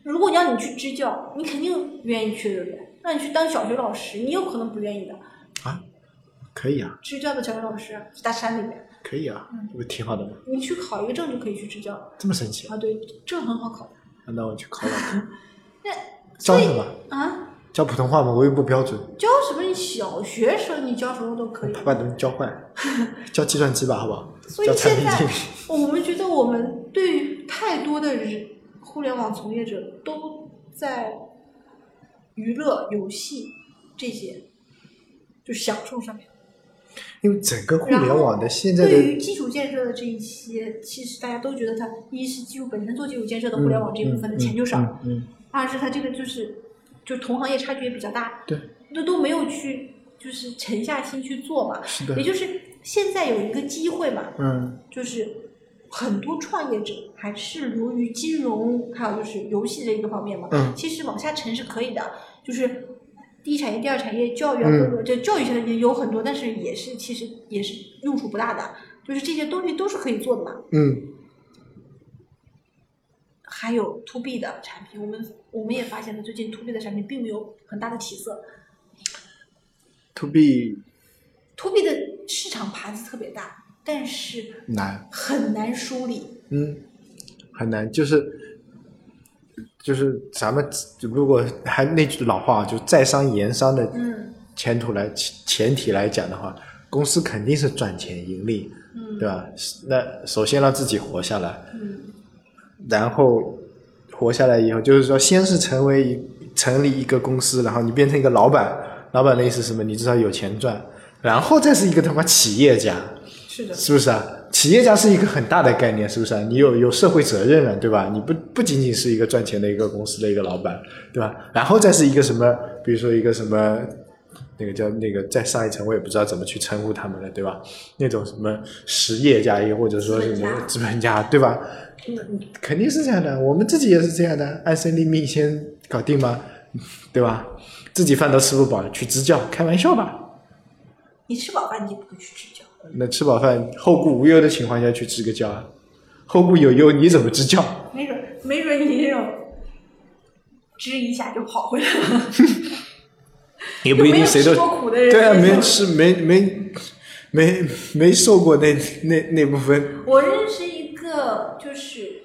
[SPEAKER 4] 如果让你去支教，你肯定愿意去，对不对？让你去当小学老师，你有可能不愿意的。
[SPEAKER 2] 可以啊，
[SPEAKER 4] 支教的小学老师就在山里面，
[SPEAKER 2] 可以啊，
[SPEAKER 4] 嗯
[SPEAKER 2] 这不挺好的吗？
[SPEAKER 4] 你去考一个证就可以去支教了
[SPEAKER 2] 这么神奇啊，
[SPEAKER 4] 啊。对，证很好考的。
[SPEAKER 2] 那我去考考看。
[SPEAKER 4] 那
[SPEAKER 2] 教
[SPEAKER 4] 嗯所以
[SPEAKER 2] 什么？
[SPEAKER 4] 啊，
[SPEAKER 2] 教普通话吗？我又不标准，
[SPEAKER 4] 教什么？你小学生你教什么都可以
[SPEAKER 2] 怕。把你们教坏。 教计算机吧，好不好？
[SPEAKER 4] 所
[SPEAKER 2] 教
[SPEAKER 4] 以
[SPEAKER 2] 产
[SPEAKER 4] 现
[SPEAKER 2] 品
[SPEAKER 4] 在
[SPEAKER 2] 经理。
[SPEAKER 4] 我们觉得我们对于太多的人，互联网从业者都在娱乐、游戏这些，就享受上面。
[SPEAKER 2] 因为整个互联网的现在
[SPEAKER 4] 对于
[SPEAKER 2] 的
[SPEAKER 4] 基础建设的这一些，其实大家都觉得它一是基础本身做基础建设的互联网这一部分的钱就少，
[SPEAKER 2] 嗯嗯嗯嗯
[SPEAKER 4] 二是它这个就是就同行业差距也比较大，
[SPEAKER 2] 嗯对，
[SPEAKER 4] 都都没有去就是沉下心去做嘛。
[SPEAKER 2] 是的
[SPEAKER 4] 也，就是现在有一个机会嘛，
[SPEAKER 2] 嗯，
[SPEAKER 4] 就是很多创业者还是流于金融，还有就是游戏这一个方面嘛。
[SPEAKER 2] 嗯
[SPEAKER 4] 其实往下沉是可以的，就是第一产业、第二产业、教育啊，
[SPEAKER 2] 嗯
[SPEAKER 4] 各个这教育现在也有很多，但是也是其实也是用处不大的，就是这些东西都是可以做的嘛。
[SPEAKER 2] 嗯，
[SPEAKER 4] 还有 to B 的产品，我们我们也发现了，最近 to B 的产品并没有很大的起色。
[SPEAKER 2] to B
[SPEAKER 4] to B 的市场盘子特别大，但是
[SPEAKER 2] 难，
[SPEAKER 4] 很难梳理。
[SPEAKER 2] 嗯，很难，就是就是咱们如果还那句老话，啊就在商言商的
[SPEAKER 4] 嗯
[SPEAKER 2] 前途来前前提来讲的话，公司肯定是赚钱盈利，
[SPEAKER 4] 嗯
[SPEAKER 2] 对吧？那首先让自己活下来，
[SPEAKER 4] 嗯
[SPEAKER 2] 然后活下来以后，就是说，先是成为一成立一个公司，然后你变成一个老板，老板的意思是什么？你至少有钱赚，然后再是一个他妈企业家，
[SPEAKER 4] 是的，
[SPEAKER 2] 是不是啊？企业家是一个很大的概念，是不是啊？你有有社会责任了，对吧？你不不仅仅是一个赚钱的一个公司的一个老板，对吧？然后再是一个什么，比如说一个什么，那个叫那个再上一层，我也不知道怎么去称呼他们了，对吧？那种什么实业家，也或者说什
[SPEAKER 4] 资
[SPEAKER 2] 么
[SPEAKER 4] 本家
[SPEAKER 2] 资本家，对吧？肯定是这样的，我们自己也是这样的，安身立命先搞定嘛， 对吧？自己饭都吃不饱，去支教，开玩笑吧。
[SPEAKER 4] 你吃饱饭你就不会去支教。
[SPEAKER 2] 那吃饱饭后顾无忧的情况下去支个教啊，后顾有忧你怎么支教？
[SPEAKER 4] 没准没准你这种支一下就跑回来了，
[SPEAKER 2] 也不一定谁都
[SPEAKER 4] 又没有吃过苦的人
[SPEAKER 2] 对啊，
[SPEAKER 4] 也是
[SPEAKER 2] 没吃没没没没受过那那那部分，
[SPEAKER 4] 我认识一个就是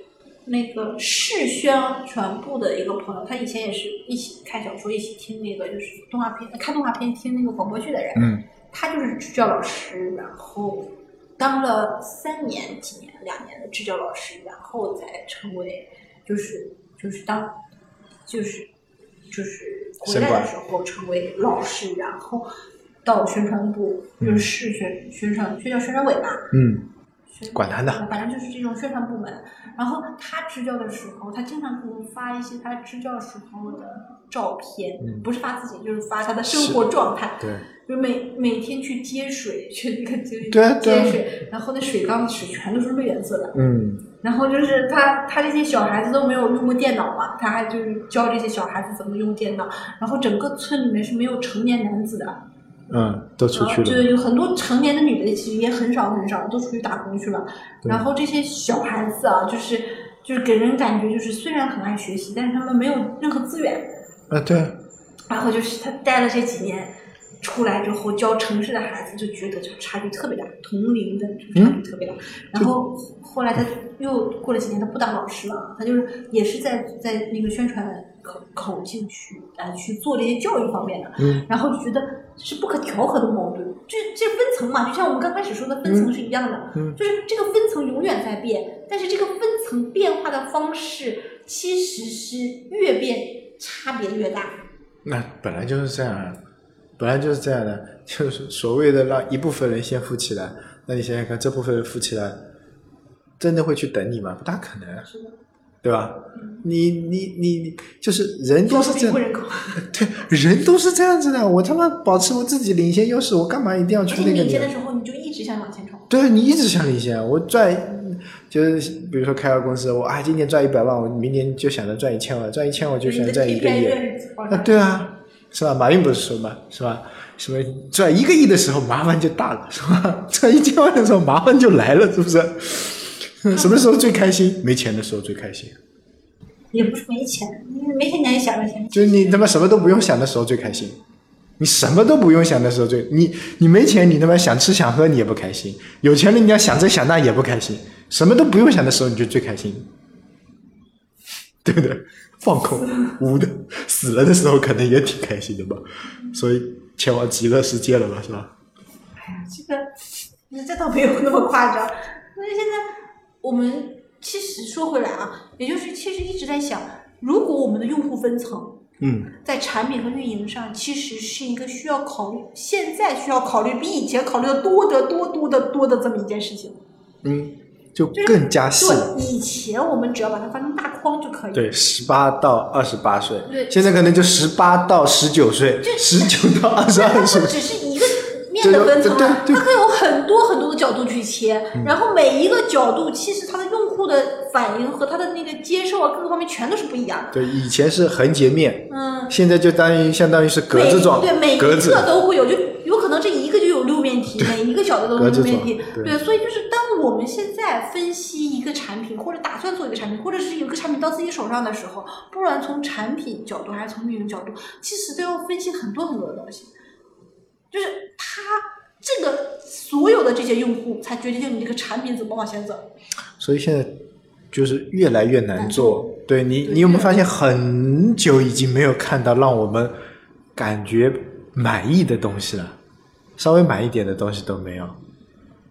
[SPEAKER 4] 那个视宣传部的一个朋友，他以前也是一起看小说、一起听那个就是动画片、看动画片、听那个广播剧的人。
[SPEAKER 2] 嗯，
[SPEAKER 4] 他就是支教老师，然后当了三年、几年、两年的支教老师，然后才成为就是就是当就是就是回来的时候成为老师，然后到宣传部就是市宣宣传学校宣传委吧。
[SPEAKER 2] 嗯管他呢，
[SPEAKER 4] 呃反正就是这种宣传部门。然后他支教的时候，他经常给我们发一些他支教时候的照片，
[SPEAKER 2] 嗯
[SPEAKER 4] 不是发自己，就是发他的生活状态，
[SPEAKER 2] 对，
[SPEAKER 4] 就每每天去接水，去那个接
[SPEAKER 2] 对啊对啊
[SPEAKER 4] 接水，然后那水缸的水全都是绿颜色的。
[SPEAKER 2] 嗯，
[SPEAKER 4] 然后就是他，他这些小孩子都没有用过电脑嘛，他还就是教这些小孩子怎么用电脑。然后整个村里面是没有成年男子的，
[SPEAKER 2] 嗯，都出去
[SPEAKER 4] 啊就是
[SPEAKER 2] 了，
[SPEAKER 4] 有很多成年的女的，其实也很少很少，都出去打工去了。
[SPEAKER 2] 对
[SPEAKER 4] 然后这些小孩子啊，就是就是给人感觉就是虽然很爱学习，但是他们没有任何资源。
[SPEAKER 2] 啊，对啊，
[SPEAKER 4] 然后就是他待了这几年，出来之后教城市的孩子，就觉得就差距特别大，同龄的就差
[SPEAKER 2] 嗯
[SPEAKER 4] 距特别大。然后后来他又过了几年，他不当老师了，他就是也是在在那个宣传口口径去呃去做这些教育方面的。
[SPEAKER 2] 嗯，
[SPEAKER 4] 然后就觉得这是不可调和的矛盾。这这分层嘛，就像我们刚开始说的分层是一样的，
[SPEAKER 2] 嗯嗯
[SPEAKER 4] 就是这个分层永远在变，但是这个分层变化的方式其实是越变差别越大。
[SPEAKER 2] 那本来就是这样啊，本来就是这样的， 就是所谓的让一部分人先富起来，那你想想看，这部分人富起来，真的会去等你吗？不大可能啊，对吧？你你你你，就是人都是这
[SPEAKER 4] 贫
[SPEAKER 2] 样
[SPEAKER 4] 困，人口，
[SPEAKER 2] 对，人都是这样子的。啊我他妈保持我自己领先优势，我干嘛一定要
[SPEAKER 4] 而
[SPEAKER 2] 去
[SPEAKER 4] 且
[SPEAKER 2] 那个
[SPEAKER 4] 领
[SPEAKER 2] 你
[SPEAKER 4] 先的？时候你就一直想往前冲，
[SPEAKER 2] 对啊你一直想领先，我赚，就是比如说开个公司，我啊今年赚一百万，我明年就想着赚一千万，赚一千万我就
[SPEAKER 4] 就是
[SPEAKER 2] 想
[SPEAKER 4] 你的
[SPEAKER 2] 着赚一个
[SPEAKER 4] KPI
[SPEAKER 2] 亿。
[SPEAKER 4] 越是往
[SPEAKER 2] 啊，
[SPEAKER 4] 上
[SPEAKER 2] 对啊，是吧？马云不是说嘛，是吧？什么赚一个亿的时候麻烦就大了，是吧？ 赚一千万的时候麻烦就来了，是不是？ 什么时候最开心？没钱的时候最开心，
[SPEAKER 4] 也不是没钱，没钱你还想着钱，
[SPEAKER 2] 就是你他妈什么都不用想的时候最开心，你什么都不用想的时候最你你没钱，你他妈想吃想喝你也不开心，有钱了你要想这想那也不开心，什么都不用想的时候你就最开心，对不对？放空无的死了的时候可能也挺开心的吧，所以前往极乐世界了吧，是吧？
[SPEAKER 4] 这个这倒没有那么夸张。那现在我们其实说回来啊，也就是其实一直在想，如果我们的用户分层
[SPEAKER 2] 嗯，
[SPEAKER 4] 在产品和运营上，其实是一个需要考虑，现在需要考虑比以前考虑的多得多多得多的这么一件事情。
[SPEAKER 2] 嗯，就更加细。
[SPEAKER 4] 对，以前我们只要把它放成大框就可以。
[SPEAKER 2] 对，十八到二十八岁，
[SPEAKER 4] 对
[SPEAKER 2] 现在可能就十八到十九岁，十九到二十
[SPEAKER 4] 它
[SPEAKER 2] 二
[SPEAKER 4] 不
[SPEAKER 2] 岁，
[SPEAKER 4] 只是一个面的分层啊，
[SPEAKER 2] 对对对嗯
[SPEAKER 4] 它可以有很多很多的角度去切，然后每一个角度其实它的用户的反应和它的那个接受啊，各个方面全都是不一样的。
[SPEAKER 2] 对，以前是横截面，
[SPEAKER 4] 嗯，
[SPEAKER 2] 现在就当于相当于是格子状，
[SPEAKER 4] 每对每一
[SPEAKER 2] 格子
[SPEAKER 4] 个，都会有，就有可能这一个就有六面体，每一个小的都
[SPEAKER 2] 格
[SPEAKER 4] 有
[SPEAKER 2] 子
[SPEAKER 4] 六
[SPEAKER 2] 状
[SPEAKER 4] 面体，
[SPEAKER 2] 对
[SPEAKER 4] 对，所以就是当我们现在分析一个产品，或者打算做一个产品，或者是有个产品到自己手上的时候，不管从产品角度还是从运营角度，其实都要分析很多很多的东西，就是它这个所有的这些用户才决定你这个产品怎么往前走。
[SPEAKER 2] 所以现在就是越来越难
[SPEAKER 4] 难
[SPEAKER 2] 做。对你，你有没有发现很久已经没有看到让我们感觉满意的东西了？稍微满一点的东西都没有，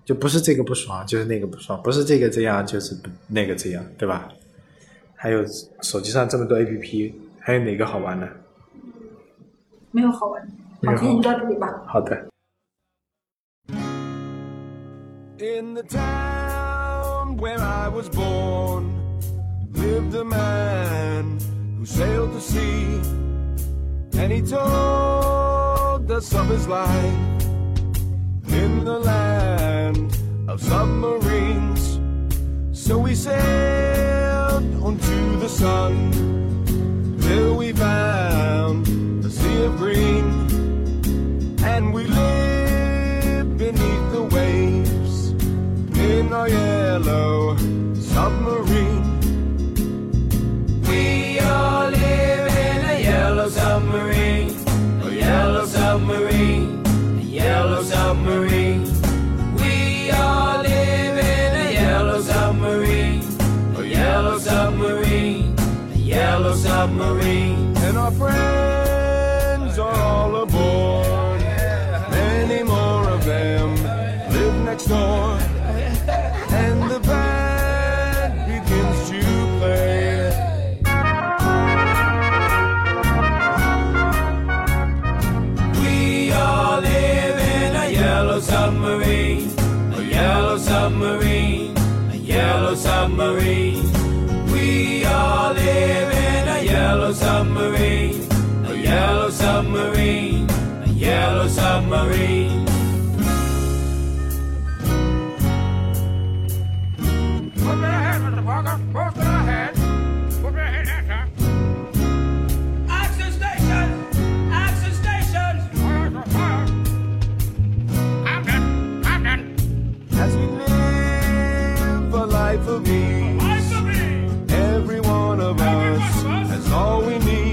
[SPEAKER 2] 就不是这个不爽，就是那个不爽，不是这个这样，就是不那个这样，对吧？还有手机上这么多 APP，还有哪个好玩的？
[SPEAKER 4] 没有好玩的，
[SPEAKER 2] 没有
[SPEAKER 4] 好，
[SPEAKER 2] 好玩
[SPEAKER 4] 今天就到这里吧。
[SPEAKER 2] 好的。
[SPEAKER 5] In the town where I was born lived a man who sailed the sea, and he told us of his life in the land of submarines. So we sailed onto the sun till we found the sea of green and we live beneath the waves in our yellow submarine. We all live in a yellow submarine, a yellow submarine, a yellow submarine. We all live in a yellow submarine, a yellow submarine, a yellow submarine. And our friends are all aboard. Many more of them live next door. And the band begins to play. We all live in a yellow submarine, a yellow submarine, yellow submarine. We all live in a yellow submarine. A yellow submarine. A yellow submarine. Put me ahead, Mr. Parker. Put me ahead. Put me ahead, that's right. Action stations! Action stations! Captain! Captain! As we live a life of ease, every one of us has all we need.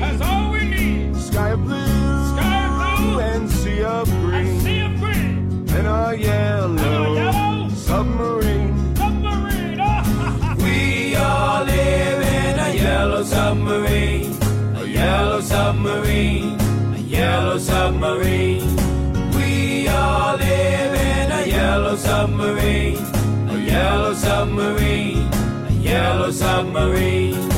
[SPEAKER 5] Sky blue, and sea of green, and our yellow, submarine. Oh. We all live in a yellow submarine, a yellow submarine, a yellow submarine. We all live in a yellow submarine, a yellow submarine, a yellow submarine.